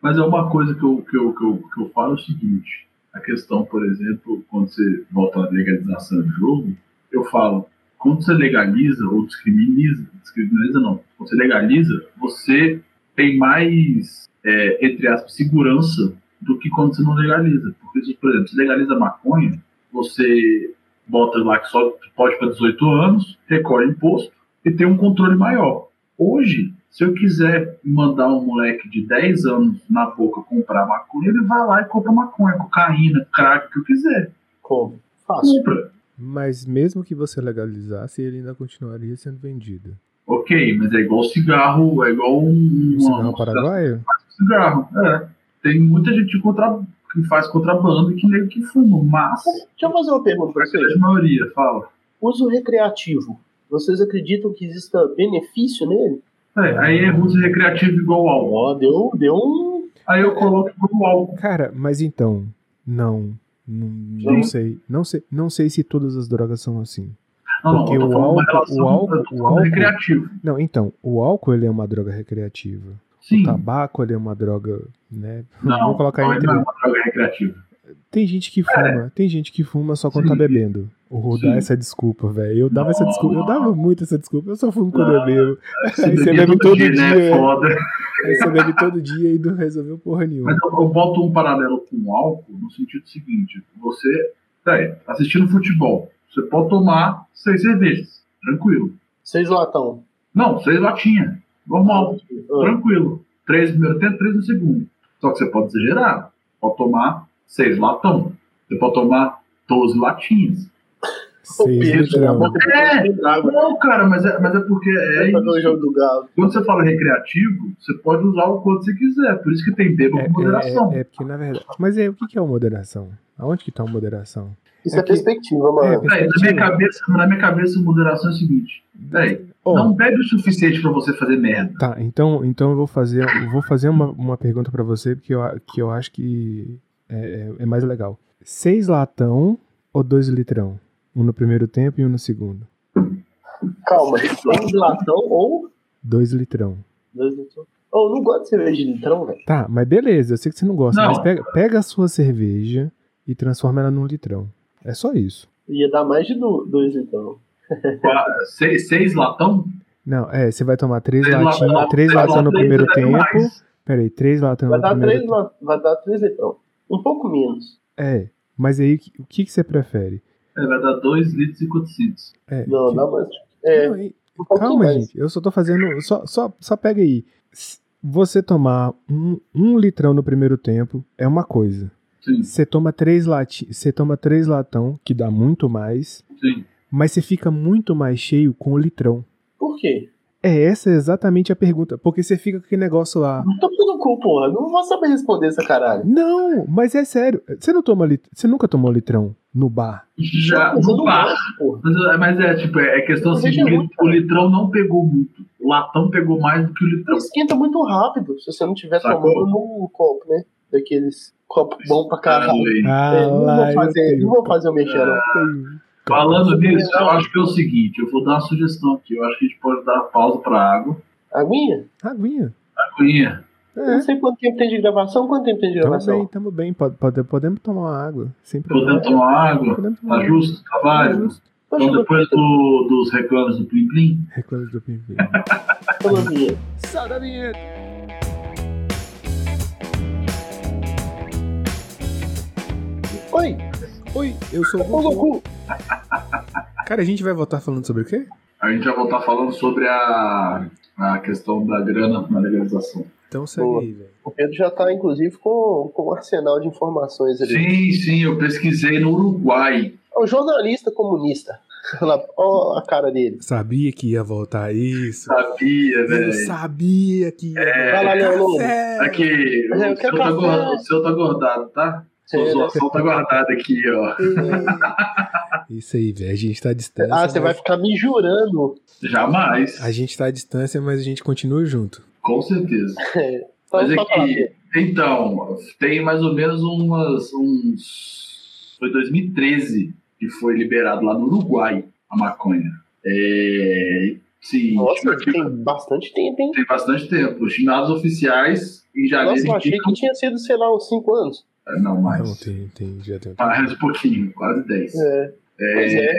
C: mas é uma coisa que eu, que eu, que eu, que eu falo é o seguinte. A questão, por exemplo, quando você volta à legalização do jogo, eu falo, quando você legaliza ou descriminaliza, descriminaliza não, quando você legaliza, você tem mais, é, entre aspas, segurança do que quando você não legaliza. Porque, se, por exemplo, você legaliza a maconha, você bota lá que só pode para 18 anos, recolhe imposto e tem um controle maior. Hoje, se eu quiser mandar um moleque de 10 anos na boca comprar maconha, ele vai lá e compra maconha, cocaína, crack, o que eu quiser.
A: Como? Fácil.
C: Compra.
D: Mas mesmo que você legalizasse, ele ainda continuaria sendo vendido.
C: Ok, mas é igual cigarro, é igual um,
D: Um
C: uma-
D: sinal
C: uma-
D: paraguaio?
C: cigarro. É. Tem muita gente contra, que faz contrabando e que nego que fuma, mas
A: Deixa eu fazer uma pergunta pra
C: a
A: vocês.
C: grande maioria fala.
A: Uso recreativo. Vocês acreditam que exista benefício nele?
C: É, aí é uso recreativo igual álcool.
A: Ó, deu, deu um.
C: Aí eu coloco igual álcool.
D: Cara, mas então, não. Não, não sei. Não sei. Não sei se todas as drogas são assim.
C: Não,
D: Porque
C: não, eu
D: o
C: tô falando uma
D: álcool-
C: relação
D: o álcool-
C: eu tô
D: o
C: falando
D: álcool-
C: recreativo.
D: Não, então, o álcool ele é uma droga recreativa.
C: Sim.
D: O tabaco ele é uma droga, né?
C: Não,
D: Vou colocar
C: não,
D: entre.
C: não é uma droga recreativa.
D: Tem gente que fuma, tem gente que fuma só quando tá
C: É. Sim.
D: bebendo. O Rô dá
C: Sim.
D: essa desculpa, velho. Eu dava essa desculpa, eu dava muito essa desculpa. Eu só fumo quando eu
C: Ah,
D: bebo. Aí você bebe todo
C: né?
D: dia,
C: Foda.
D: aí você bebe todo dia e não resolveu porra
C: Mas
D: nenhuma.
C: eu, eu boto um paralelo com o álcool no sentido seguinte: você, velho, assistindo futebol, você pode tomar seis cervejas, tranquilo.
A: Seis latão.
C: Não, seis latinhas, normal,
A: Ah,
C: tranquilo. Três no primeiro tempo, três no segundo. Só que você pode exagerar, pode tomar seis latão, você pode tomar 12 latinhas.
D: Seis
A: Pedro, na
D: litrão.
A: boca do
C: É.
A: Pedro Drago,
C: Não, cara, mas é, mas é porque é
A: vai fazer o jogo do Galo.
C: Quando você fala recreativo, você pode usar o quanto você quiser. Por isso que tem bebo
D: É,
C: com moderação.
D: é, é, é porque na verdade. Mas é o que que é o moderação? Aonde que tá o moderação?
A: Isso
D: É
A: é,
D: que-
A: perspectiva,
D: É,
A: mano.
C: Véi, na, minha
D: perspectiva.
C: cabeça, na minha cabeça, moderação é o seguinte. Véi,
D: Ó,
C: não bebe o suficiente pra você fazer merda.
D: Tá, então, então eu vou fazer, eu vou fazer uma, uma pergunta pra você porque eu, a- que eu acho que é, é- é mais legal. Seis latão ou dois litrão? Um no primeiro tempo e um no segundo.
A: Calma, seis latão ou.
D: Dois litrão.
A: Dois litrão. Oh, eu não gosto de cerveja de litrão, velho.
D: Tá, mas beleza, eu sei que você não gosta,
C: Não.
D: mas pega, pega a sua cerveja e transforma ela num litrão. É só isso.
A: Ia dar mais de du- dois litrão.
C: Qua- seis, seis latão?
D: Não, é, você vai tomar três
C: Seis
D: latinhas, três latão no
C: latão,
D: primeiro
C: isso é
D: tempo.
C: demais.
D: Peraí, três latão
A: Vai
D: no
A: dar,
D: primeiro
A: três, la- vai dar três litrão. Um pouco menos.
D: É, mas aí o que- o que, que você prefere?
C: É, vai dar 2 litros e 400.
D: É,
A: Não,
D: que-
A: dá mais. É,
D: não, e-
A: um pouco
D: Calma,
A: mais.
D: gente. Eu só tô fazendo. Só, só, só pega aí. S- Você tomar um, um litrão no primeiro tempo é uma coisa.
C: Sim,
D: Você toma três lati, você toma três latão, que dá muito mais,
C: sim.
D: mas você fica muito mais cheio com o litrão.
A: Por quê?
D: É essa exatamente a pergunta, porque você fica com aquele negócio lá.
A: Não tô pelo cu, porra. Não vou saber responder essa caralho.
D: Não, mas é sério. Você não toma lit, você nunca tomou litrão no bar?
C: Já,
A: Mas eu
C: no
A: não
C: bar.
A: gosto, porra.
C: Mas, é- mas é, tipo, é é questão
A: Eu
C: assim,
A: vejo
C: o, li-
A: muito,
C: o
A: cara.
C: litrão não pegou muito. O latão pegou mais do que o litrão.
A: Esquenta muito rápido se você não tiver
C: Sacou?
A: tomando num copo, né? Daqueles copo bom pra caralho.
C: Caralho, É. hein?
D: Ah,
A: É, não,
D: lá,
A: vou
D: eu
A: fazer,
D: tenho-
A: não vou fazer o mexer, não.
D: eu tenho-
C: Falando nisso, eu acho que é o seguinte, eu vou dar uma sugestão aqui. Eu acho que a gente pode dar pausa pra água.
A: Aguinha?
D: Aguinha.
C: Aguinha.
A: Eu
D: É,
A: Não sei quanto tempo tem de gravação, quanto tempo tem de
D: tamo bem,
A: gravação?
D: tamo bem. Pode, pode- podemos tomar uma água. Sem problema.
C: Podemos tomar água?
D: Podemos
C: Tá
A: Uhum.
D: água.
C: justo? Tá válido?
A: Poxa,
C: Então depois do- dos reclames do Plim Plim,
D: Reclames do PV.
A: Colônia.
D: Sai da vinheta.
A: Oi,
D: Oi, eu sou o
A: ô
D: Goku.
A: Goku.
D: Cara, a gente vai voltar falando sobre o quê?
C: a gente já voltar falando sobre a, a questão da grana na legalização.
D: Então segue
A: Boa.
D: aí, velho.
A: O Pedro já tá, inclusive, com, com um arsenal de informações ali.
C: Sim, sim, eu pesquisei no Uruguai.
A: É um jornalista comunista. Olha ó a cara dele.
D: Sabia que ia voltar isso.
C: Sabia, né?
D: Eu
C: velho.
D: sabia que ia
A: É Vai lá, Leolô.
D: Café.
C: Aqui,
A: Mas é,
C: o
A: eu quero
C: seu, tá
A: café.
C: guardado, o seu tá guardado, tá? Sua
A: É,
C: zoação tá guardada aqui, ó.
D: Isso aí, velho. A gente tá à distância.
A: Ah, você vai
D: mas-
A: ficar me jurando.
C: Jamais.
D: A gente tá à distância, mas a gente continua junto.
C: Com certeza.
A: Então, só
C: Mas é
A: falar,
C: que,
A: Pedro.
C: então, tem mais ou menos umas, uns. Foi 2013 que foi liberado lá no Uruguai a maconha. É, sim,
A: Nossa,
C: tipo,
A: tem bastante tempo, hein?
C: tem bastante tempo. Os chamados oficiais em janeiro.
A: Nossa, eu achei
C: indicam-
A: que tinha sido, sei lá, uns 5 anos.
C: Ah, Não,
D: Não,
C: mais.
D: tem, tem, já tem.
C: Mais um pouquinho, quase 10.
A: É. Pois
C: É,
A: é.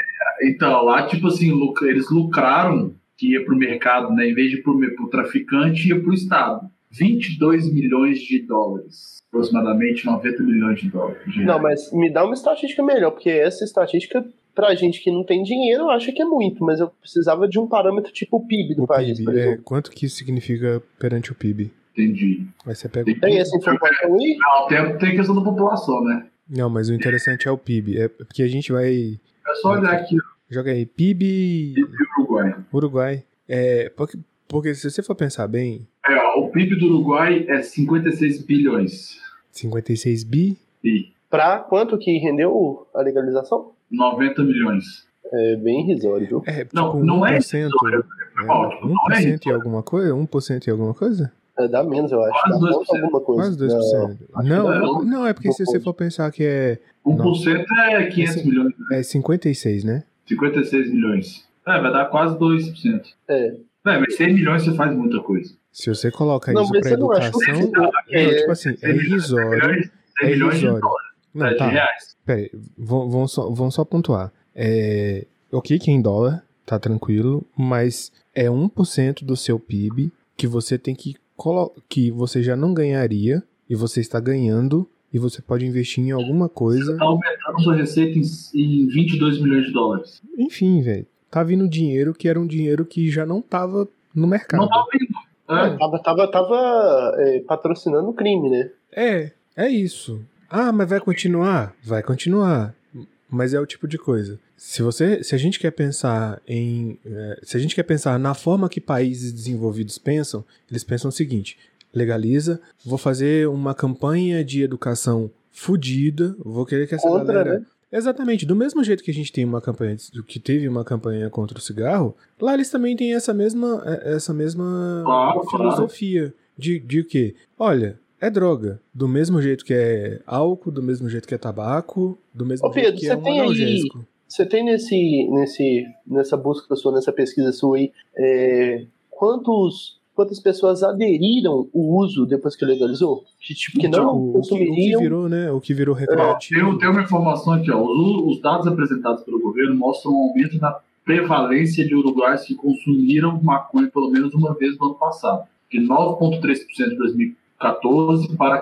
C: Então, lá, tipo assim, lucra- eles lucraram que ia pro mercado, né? Em vez de ir pro, me- pro traficante, ia pro Estado. 22 milhões de dólares. Aproximadamente 90 milhões de dólares. de
A: Não,
C: reais.
A: mas me dá uma estatística melhor, porque essa estatística, pra gente que não tem dinheiro, eu acho que é muito, mas eu precisava de um parâmetro tipo o PIB do
D: O
A: país, por
D: PIB, é,
A: exemplo.
D: quanto que isso significa perante o PIB?
C: Entendi.
D: Aí você pega o...
A: Tem essa informação aí?
C: Não, tem, tem questão da população, né?
D: Não, mas o interessante é o PIB. É porque a gente vai.
C: É só olhar aqui
D: Joga aí, PIB
C: o Uruguai.
D: Uruguai. É, porque, porque se você for pensar bem,
C: É, ó, o PIB do Uruguai é 56 bilhões.
D: 56 bi,
C: E
A: Pra quanto que rendeu a legalização?
C: 90 milhões.
A: É bem irrisório, viu?
D: é tipo
C: Não, não é
D: 1%.
C: irrisório,
D: É,
C: ótimo, não é
D: 1% e alguma coisa? 1% e alguma coisa?
A: É, dá menos, eu acho. Dá
C: Quase 2%.
A: ponto alguma coisa.
D: Quase 2%. Não,
C: que
D: não,
C: não.
D: não, é porque se você for pensar que é,
C: 1% é 500
D: Esse-
C: milhões.
D: é 56, né?
C: 56 milhões. É, vai dar quase 2%.
A: É.
C: Véi, mas 100 milhões você faz muita coisa.
D: Se você coloca
A: Não,
D: isso
A: mas
D: pra
A: você não acha que
D: educação,
C: é-
D: não, tipo assim, é irrisório.
C: 100
D: É
C: milhões de
D: irrisório.
C: dólares, né,
D: Não,
C: de
D: tá,
C: reais.
D: peraí, vão, vão só, vão só pontuar. É, ok que é em dólar, tá tranquilo, mas é 1% do seu PIB que você tem que colo- que você já não ganharia e você está ganhando e você pode investir em alguma coisa.
C: Tá aumentando sua receita em, em 22 milhões de dólares.
D: Enfim, velho, tá vindo dinheiro que era um dinheiro que já não tava no mercado.
C: Não tá vindo. É,
A: Tava, tava, tava é, patrocinando o crime, né?
D: É, é isso. Ah, mas vai continuar? Vai continuar. Mas é o tipo de coisa. Se você, se a gente quer pensar em, eh, se a gente quer pensar na forma que países desenvolvidos pensam, eles pensam o seguinte: legaliza, vou fazer uma campanha de educação fodida, vou querer que essa
A: Contra,
D: galera
C: né?
D: Exatamente, do mesmo jeito que a gente tem uma campanha do que teve uma campanha contra o cigarro, lá eles também têm essa mesma eh, essa mesma
C: Claro, claro.
D: filosofia de de que, olha, é droga, do mesmo jeito que é álcool, do mesmo jeito que é tabaco, do mesmo
A: Ô,
D: jeito
A: Pedro,
D: que
A: você
D: é um
A: tem aí-
D: analgésico.
A: Você tem nesse, nesse, nessa busca sua, nessa pesquisa sua aí, é, quantos, quantas pessoas aderiram o uso depois que legalizou? Que, tipo, que
D: Tipo,
A: não
D: o, que, o que
A: consumiriam.
D: virou, né? O que virou
C: tem,
D: recreativo.
C: um- tem uma informação aqui, ó. Os, os dados apresentados pelo governo mostram um aumento na prevalência de uruguaios que consumiram maconha pelo menos uma vez no ano passado, de 9,3% em 2014 para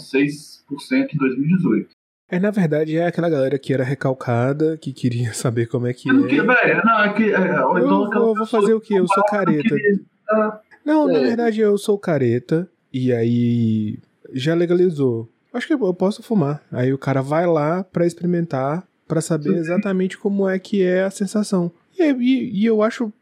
C: 14,6% em 2018.
D: É, na verdade, é aquela galera que era recalcada, que queria saber como é que
C: Eu não que,
D: é.
C: velho, não, é que, é, ou
D: Eu
C: então
D: vou-
C: aquela
D: eu vou fazer o quê? Eu sou
C: pessoa que-
D: careta. Não, na
A: É.
D: verdade eu sou careta e aí já legalizou. Acho que eu posso fumar. Aí o cara vai lá pra experimentar, pra saber exatamente como é que é a sensação. E, e- e eu acho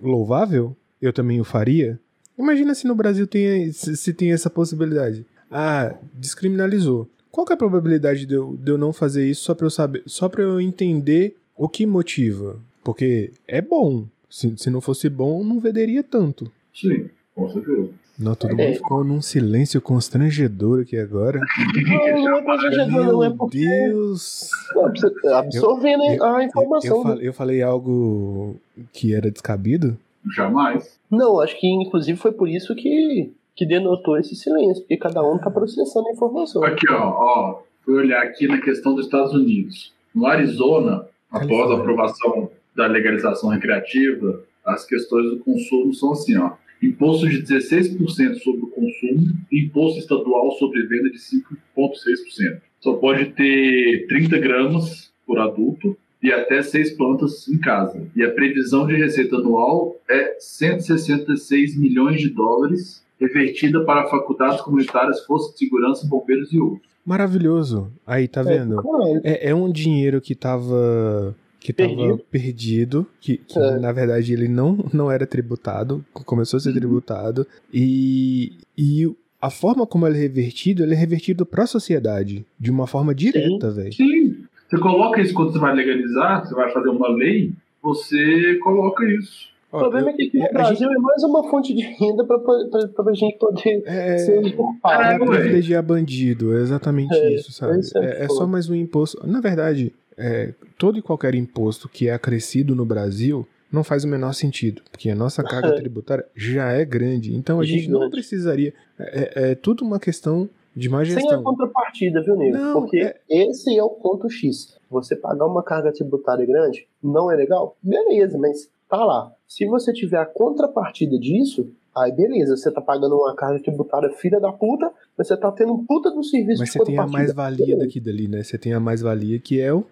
D: louvável, eu também o faria. Imagina se no Brasil tem, se, se tem essa possibilidade. Ah, descriminalizou. Qual que é a probabilidade de eu, de eu não fazer isso só pra eu saber, só para eu entender o que motiva? Porque é bom. Se, se não fosse bom, não venderia tanto.
C: Sim, com certeza.
D: Não,
A: É.
D: todo mundo ficou num silêncio constrangedor aqui agora.
A: Não, não é constrangedor, não é
D: Meu
A: porque.
D: Deus!
A: Não, você tá absorvendo
D: eu-
A: a
D: Eu,
A: informação. né?
D: eu fal- eu falei algo que era descabido?
C: Jamais.
A: Não, acho que inclusive foi por isso que, que denotou esse silêncio, porque cada um tá processando a informação.
D: Tá
C: Aqui, ó, ó, fui olhar aqui na questão dos Estados Unidos. No Arizona, após a
D: Califórnia.
C: aprovação da legalização recreativa, as questões do consumo são assim, ó. Imposto de 16% sobre o consumo e imposto estadual sobre venda de 5,6%. Só pode ter 30 gramas por adulto e até 6 plantas em casa. E a previsão de receita anual é 166 milhões de dólares, revertida para faculdades comunitárias, forças de segurança, bombeiros e outros.
D: Maravilhoso. Aí,
A: É,
D: tá vendo?
A: Claro.
D: É, é um dinheiro que tava. Que tava perdido,
A: Perdido.
D: que, que,
A: É.
D: na verdade ele não, não era tributado, começou a ser
C: Uhum.
D: tributado, e, e a forma como ele é revertido, ele é revertido pra sociedade, de uma forma direta, velho.
C: Sim. Você coloca isso quando você vai legalizar, você vai fazer uma lei, você coloca isso.
A: O problema é que aqui
D: a
A: no
D: gente-
A: Brasil é mais uma fonte de renda pra, pra, pra, pra gente poder
D: É,
A: ser né? desculpado.
D: pra
C: Caralho, velho.
D: privilegiar bandido, é exatamente
A: É,
D: isso, sabe?
A: isso é
D: É, é
A: foda.
D: só mais um imposto. Na verdade, é, todo e qualquer imposto que é acrescido no Brasil não faz o menor sentido, porque a nossa carga tributária já é grande. Então a gente não
A: Gigante.
D: precisaria. É, é- é tudo uma questão de má
A: Sem a
D: gestão.
A: contrapartida, viu, Nego?
D: Não,
A: Porque
D: é-
A: esse é o ponto X. Você pagar uma carga tributária grande não é legal? Beleza, mas tá lá. Se você tiver a contrapartida disso, aí beleza, você tá pagando uma carga tributária filha da puta, mas você tá tendo um puta do serviço
D: Mas
A: de
D: você tem a
A: contrapartida.
D: mais-valia daqui dali, né? Você tem a mais-valia que é o.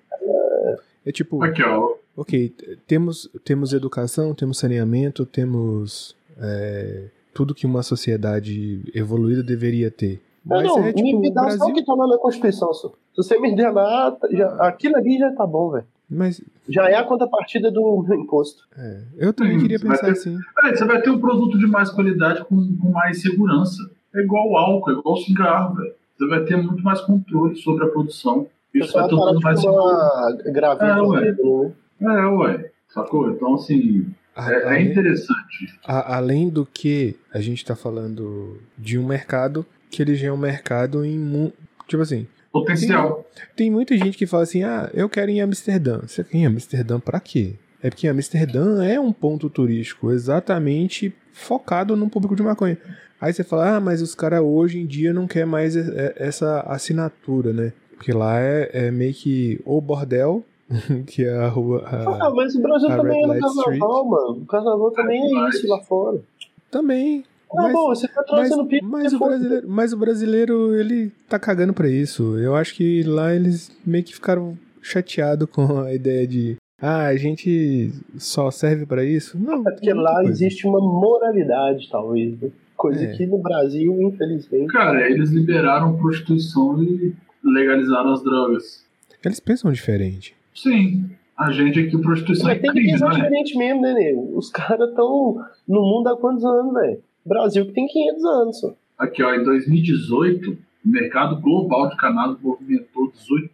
D: É tipo,
C: Aqui, ó.
D: ok, t- temos, temos educação, temos saneamento, temos é, tudo que uma sociedade evoluída deveria ter.
A: Não,
D: Mas
A: não,
D: é tipo
A: me, me
D: o
A: dá só
D: Brasil.
A: o que tá lá na Constituição, só. Se você me der lá, já, aquilo ali já tá bom, velho.
D: Mas
A: Já é a contrapartida do meu imposto.
D: é, eu também
C: Hum,
D: queria
C: você vai
D: pensar
C: ter-
D: assim.
C: Peraí, você vai ter um produto de mais qualidade com, com mais segurança. É igual o álcool, é igual o cigarro, velho. Você vai ter muito mais controle sobre a produção. Isso
A: Só
C: vai
A: vai
C: todo
A: parar
C: mundo
A: de
C: mais seguro.
A: fumar
C: É, ué.
A: gravinha. né?
C: É, ué. Sacou? Então, assim,
D: A-
C: é, é
D: além,
C: interessante.
D: a- além do que a gente tá falando de um mercado que ele já é um mercado em. mu- Tipo assim,
C: Potencial.
D: Tem muita gente que fala assim: ah, eu quero ir em Amsterdã. Você quer ir em Amsterdã pra quê? É porque Amsterdã é um ponto turístico exatamente focado no público de maconha. Aí você fala: ah, mas os caras hoje em dia não quer mais e- e- essa assinatura, né? Porque lá é, é meio que o bordel, que é a rua. a-
A: Ah, mas o Brasil
D: a
A: também
D: Red
A: é no
D: Light
A: carnaval,
D: Street.
A: mano. O carnaval também é
C: Mas-
A: isso lá fora.
D: Também.
A: Ah,
D: mas-
A: bom, você tá
D: Mas,
A: trazendo pico.
D: mas
A: que
D: o
A: foda.
D: brasileiro, mas o brasileiro, ele tá cagando pra isso. Eu acho que lá eles meio que ficaram chateados com a ideia de. Ah, a gente só serve pra isso? Não.
A: É
D: tem
A: porque
D: muita
A: lá
D: coisa.
A: existe uma moralidade, talvez. né? Coisa
D: É.
A: que no Brasil, infelizmente.
C: Cara, eles liberaram prostituição e legalizaram as drogas.
D: Eles pensam diferente.
C: Sim. A gente aqui, prostituição é
A: Mas tem que
C: crime,
A: pensar
C: né?
A: diferente mesmo, né, nego? Os caras estão no mundo há quantos anos, velho? Brasil que tem 500 anos, só.
C: Aqui, ó, em 2018, o mercado global de cannabis movimentou 18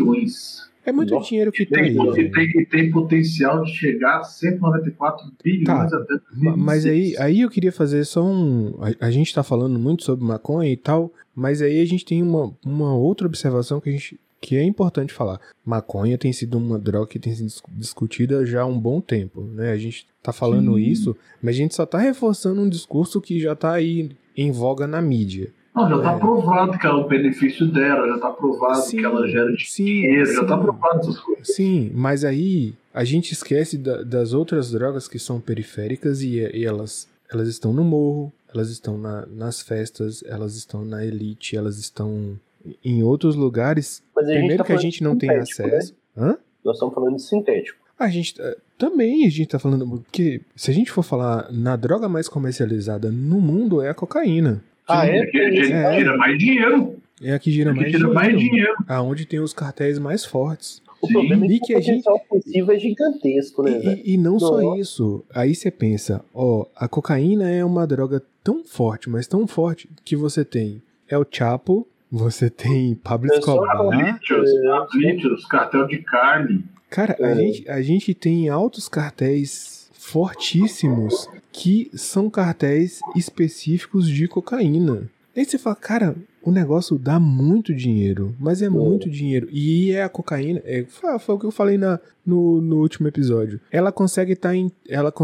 C: bilhões.
D: É muito
A: Nossa,
D: dinheiro que
C: E
D: tá aí.
C: tem, e,
D: velho.
C: tem, e tem potencial de chegar a 194 bilhões até
D: Tá, Ma-
C: 2026.
D: Mas aí, aí eu queria fazer só um. A, a gente tá falando muito sobre maconha e tal, mas aí a gente tem uma, uma outra observação que a gente. Que é importante falar. Maconha tem sido uma droga que tem sido dis- discutida já há um bom tempo, né? A gente tá falando
C: Sim.
D: isso, mas a gente só tá reforçando um discurso que já tá aí em voga na mídia.
C: Não, já tá
D: É.
C: provado que é o benefício dela, já tá provado
D: Sim,
C: que ela gera
D: sim,
C: dinheiro, já tá
D: sim.
C: provado essas coisas.
D: Sim, mas aí a gente esquece da- das outras drogas que são periféricas e, e elas, elas estão no morro, elas estão na- nas festas, elas estão na elite, elas estão em outros lugares.
A: Mas a gente
D: Primeiro
A: tá
D: que a
A: falando
D: gente
A: de
D: não tem
A: sintético, né?
D: acesso. Hã?
A: Nós estamos falando de sintético.
D: A gente tá- também a gente tá falando porque se a gente for falar na droga mais comercializada no mundo é a cocaína.
A: Ah,
C: Sim,
A: é?
C: porque a gente
D: É.
C: tira mais dinheiro.
D: É a que gira
C: A gente
D: mais
C: tira
D: dinheiro,
C: mais dinheiro.
D: aonde tem os cartéis mais fortes.
A: O
C: Sim.
A: problema é
D: E
A: que,
D: que
A: o
D: a gente-
A: potencial ofensivo é gigantesco, né, velho?
D: E, e- e não só
A: Nossa.
D: isso. Aí você pensa, ó, a cocaína é uma droga tão forte, mas tão forte, que você tem El Chapo, você tem Pablo
A: É só
D: Escobar.
C: Lítios, lítios, cartel de carne.
D: Cara, a
A: É.
D: gente, a gente tem altos cartéis fortíssimos que são cartéis específicos de cocaína. Aí você fala, cara, o negócio dá muito dinheiro, mas é muito dinheiro. E é a cocaína, é, foi, foi o que eu falei na, no, no último episódio. Ela consegue tá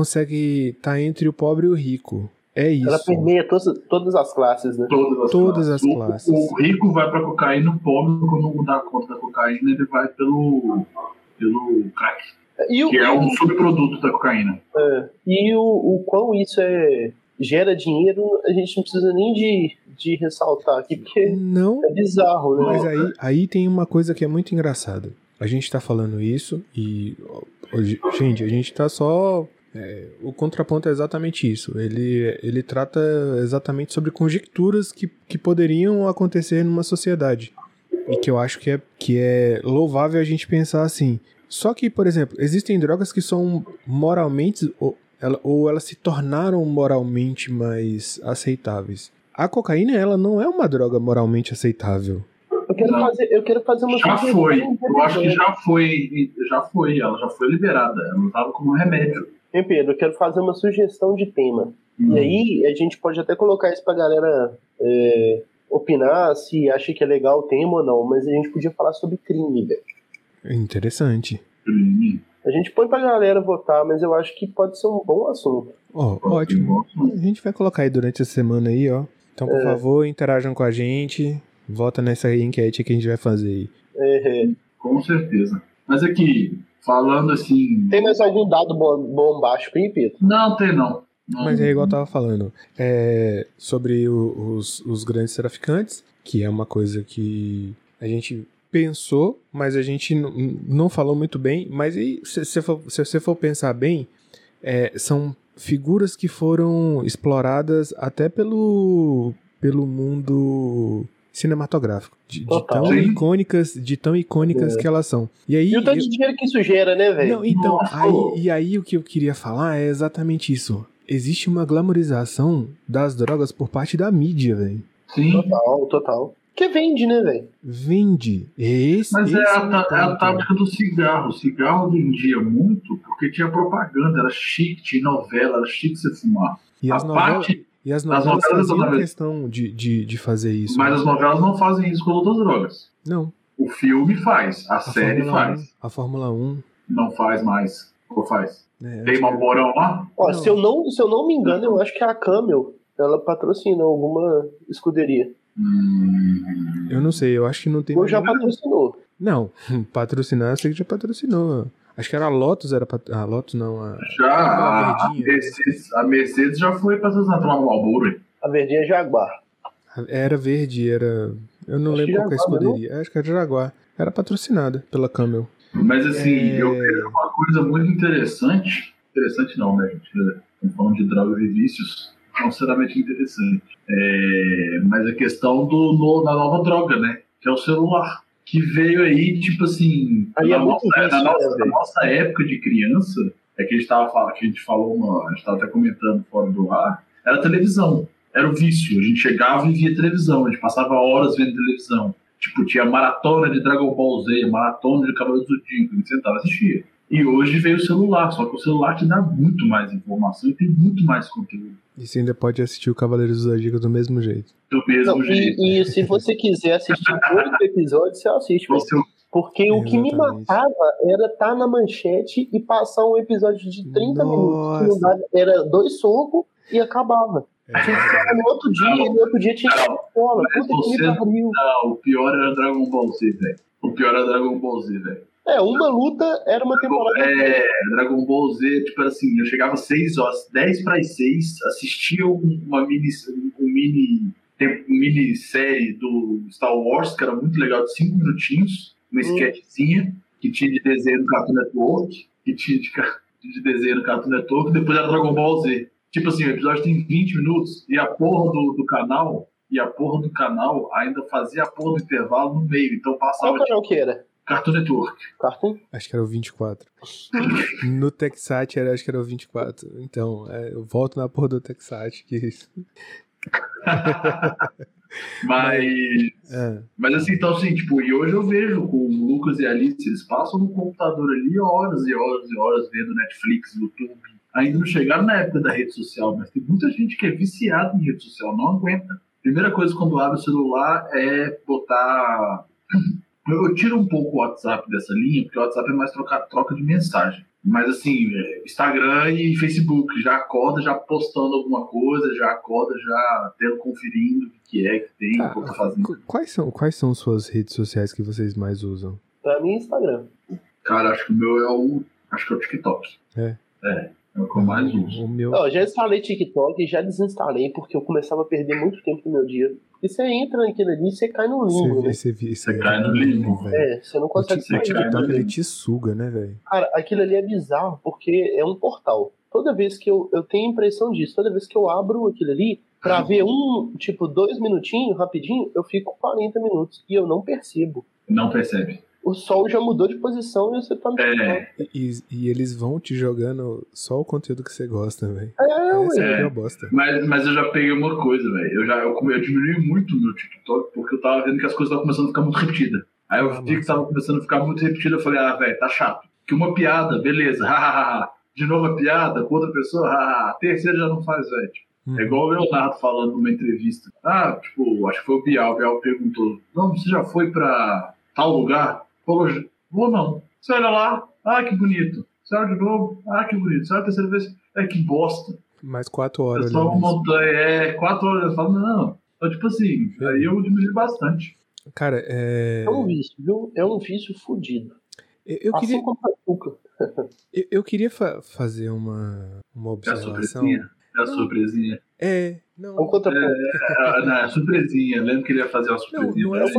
D: estar tá entre o pobre e o rico. É isso.
A: Ela permeia todas, todas as classes, né?
C: Todas as
D: Todas as
C: O-
D: classes.
C: O, rico vai pra cocaína, o pobre, quando não dá conta da cocaína, ele vai pelo, pelo crack,
A: E o,
C: que é um subproduto da cocaína.
A: É, E o, o quão isso é gera dinheiro, a gente não precisa nem de, de ressaltar aqui, porque
D: Não
A: é bizarro, né?
D: Mas aí, aí tem uma coisa que é muito engraçada. A gente tá falando isso e. ó, hoje- gente, a gente tá só. é, o contraponto é exatamente isso. Ele, ele trata exatamente sobre conjecturas que, que poderiam acontecer numa sociedade. E que eu acho que é, que é louvável a gente pensar assim. Só que, por exemplo, existem drogas que são moralmente. Ou, ela- ou elas se tornaram moralmente mais aceitáveis. A cocaína, ela não é uma droga moralmente aceitável.
A: Eu quero
C: Não.
A: fazer, eu quero fazer uma
C: Já
A: sugestão
C: foi. Eu acho que
A: interessante.
C: já foi. Já foi. Ela já foi liberada. Ela usava como remédio.
A: Hein, Pedro, eu quero fazer uma sugestão de tema. E aí a gente pode até colocar isso pra galera é, opinar se acha que é legal o tema ou não, mas a gente podia falar sobre crime, velho.
D: Interessante.
C: Hum, Crime.
A: A gente põe pra galera votar, mas eu acho que pode ser um bom assunto.
D: Ó, ótimo.
C: Gosto.
D: A gente vai colocar aí durante a semana aí, ó. Então, por favor, interajam com a gente. Vota nessa enquete que a gente vai fazer aí.
A: É, é.
C: Com certeza. Mas aqui, falando assim.
A: Tem mais algum dado bom- bombástico aí, Pedro?
C: Não, tem não. Não.
D: Mas é igual eu tava falando. É, sobre o- os, os grandes traficantes, que é uma coisa que a gente pensou, mas a gente n- não falou muito bem. Mas aí, se você for, se você for pensar bem, é, são figuras que foram exploradas até pelo, pelo mundo cinematográfico. De, de
A: Total. É.
D: tão
C: Sim.
D: icônicas, de tão icônicas que elas são. E aí.
A: E o tanto
D: eu-
A: de dinheiro que isso gera, né, velho?
D: não, então,
C: Nossa.
D: aí, e aí o que eu queria falar é exatamente isso. Existe uma glamorização das drogas por parte da mídia, velho.
C: Sim.
A: Total, total. Que vende, né, velho?
D: Vende. Esse,
C: Mas
D: esse um
C: é
D: o
C: a, tá- é a
D: ponto.
C: tática do cigarro. O cigarro vendia muito porque tinha propaganda, era chique, tinha novela, era chique você fumar.
D: E
C: a
D: as, novelas,
C: parte,
D: e as
C: das
D: novelas
C: novelas
D: faziam
C: totalmente.
D: questão de, de, de fazer isso.
C: mas as novelas não fazem isso com outras drogas.
D: Não.
C: O filme faz, a,
D: A
C: série
D: Fórmula
C: faz.
D: 1, a Fórmula 1.
C: Não faz mais. Ou faz?
D: né,
C: Tem Malborão lá?
A: Ó,
D: Não.
A: se eu não, se eu não me engano, eu acho que a Camel, ela patrocina alguma escuderia.
C: Hum,
D: Eu não sei, eu acho que não tem.
A: Ou já
D: mais-
A: patrocinou.
D: Não, patrocinar, eu sei que já patrocinou. Acho que era a Lotus, era pat... A Lotus não, a.
C: já a,
D: Aquela
C: a
D: verdinha, né?
C: Mercedes, a Mercedes já foi pra essas natural Malboro. hein?
A: A verdinha é Jaguar.
D: Era verde, era. Eu não
A: Acho
D: lembro
A: que
D: qual que é a
A: Jaguar, não é
D: escuderia. Acho que era Jaguar. Era patrocinada pela Camel.
C: Mas assim,
D: É.
C: eu vejo uma coisa muito interessante. Interessante não, né, gente? Estamos falando de drogas e vícios. Não sinceramente interessante. É, mas a questão do, no- da nova droga, né? Que é o celular. Que veio aí, tipo assim.
A: Aí
C: na
A: é muito
C: nossa, na
A: vício, né,
C: nossa-
A: velho?
C: na nossa época de criança, é que a gente tava falando, que a gente falou, uma, a gente tava até comentando fora do ar, era televisão. Era o vício. A gente chegava e via televisão. A gente passava horas vendo televisão. Tipo, tinha maratona de Dragon Ball Z, maratona de Cavaleiros do Zodíaco, a gente sentava e assistia. E hoje veio o celular, só que o celular te dá muito mais informação e tem muito mais conteúdo.
D: E você ainda pode assistir o Cavaleiros do Zodíaco do mesmo jeito.
C: Do mesmo
A: Não,
C: jeito.
A: e, e se você quiser assistir outro episódio, você assiste. velho.
C: Você é um
A: Porque o que me
D: Exatamente.
A: matava era estar na manchete e passar um episódio de 30 minutos. que não
D: Nossa.
A: dava- Era dois socos e acabava.
D: É,
A: Tinha que ficar no outro dia, e no outro dia tinha que ir pra
C: Não,
A: escola.
C: mas
A: Puta que me
C: você-
A: pariu.
C: ah, o pior era Dragon Ball Z, velho. O pior era Dragon Ball Z, velho.
A: É, uma luta era uma temporada.
C: É, Dragon Ball Z, tipo era assim, eu chegava 6 horas, 10 para as 6, assistia um- uma mini, um mini, tem- minissérie do Star Wars, que era muito legal, de 5 minutinhos, uma
A: Hum.
C: sketchzinha, que tinha de desenho do Cartoon Network, que tinha de, ca- de desenho do Cartoon Network, depois era Dragon Ball Z. Tipo assim, o episódio tem 20 minutos, e a porra do, do canal, e a porra do canal ainda fazia a porra do intervalo no meio, então
A: Qual
C: passava de
A: canal que era?
C: Cartoon Network.
A: Cartoon?
D: Acho que era o 24. no Texat, era, acho que era o 24. Então, é, eu volto na porra do Texat. Que...
C: Mas...
D: É.
C: Mas assim, então assim, tipo, e hoje eu vejo com o Lucas e a Alice, eles passam no computador ali horas e horas e horas vendo Netflix, YouTube. ainda não chegaram na época da rede social, mas tem muita gente que é viciada em rede social, não aguenta. Primeira coisa quando abre o celular é botar. Eu tiro um pouco o WhatsApp dessa linha, porque o WhatsApp é mais troca, troca de mensagem. Mas assim, é, Instagram e Facebook, já acorda, já postando alguma coisa, já acorda, já tendo conferindo o que é que tem, o que eu tô fazendo.
D: Qu- Quais são, quais são suas redes sociais que vocês mais usam?
A: Pra mim, Instagram.
C: Cara, acho que o meu é o. Acho que é o TikTok.
D: É.
C: É, é o que eu mais uso.
D: O meu.
A: Ó, já é instalei TikTok e já desinstalei, porque eu começava a perder muito tempo do meu dia. E você entra naquilo ali e você cai no limbo, né?
D: Você vê,
C: Você cai no limbo.
D: velho.
A: É, você não
D: O
A: consegue
D: Tik- o
A: sair.
C: cai no
D: TikTok ele
C: limbo.
D: te suga, né, velho?
A: Cara, aquilo ali é bizarro, porque é um portal. Toda vez que eu, eu tenho a impressão disso, toda vez que eu abro aquilo ali, pra
C: Uhum.
A: ver um, tipo, dois minutinhos, rapidinho, eu fico 40 minutos e eu não percebo.
C: Não percebe.
A: O sol já mudou de posição e você tá no
C: É.
D: E, e eles vão te jogando só o conteúdo que você gosta, velho.
A: É,
D: Essa
A: ué.
D: é a pior bosta.
C: Mas, mas eu já peguei uma coisa, velho. Eu já eu, come- eu diminui muito o meu TikTok porque eu tava vendo que as coisas estavam começando a ficar muito repetidas. Aí eu
D: Ah,
C: vi que
D: massa.
C: tava começando a ficar muito repetida. Eu falei, ah, velho, tá chato. Que uma piada, beleza, hahaha. De novo a piada com outra pessoa, hahaha. A terceira já não faz, velho.
D: Uhum.
C: É igual o Leonardo falando numa entrevista. Ah, tipo, acho que foi o Bial. O Bial perguntou: Não, você já foi pra tal lugar? Falou: "Já- Vou não. Você olha lá, ah, que bonito. Você olha de novo, ah, que bonito. Você olha a terceira vez, é que bosta.
D: Mais quatro
C: É
D: horas
C: só uma
D: olhando isso.
C: montanha, é quatro horas. Eu falo: Não. Então, tipo assim, aí eu diminui bastante.
D: Cara, é.
A: É um vício, viu? É um vício fudido.
D: Eu, eu
A: Assim
D: queria,
A: como a açúcar.
D: eu, eu queria fa- fazer uma, uma
C: É a
D: observação.
C: surpresinha. É a
D: Não.
C: surpresinha.
D: É, não.
A: É um contraponto.
C: É, não, é a surpresinha. Lembro que ele ia fazer uma
D: Não,
C: surpresinha.
D: não
A: É um
D: é
C: pra ele.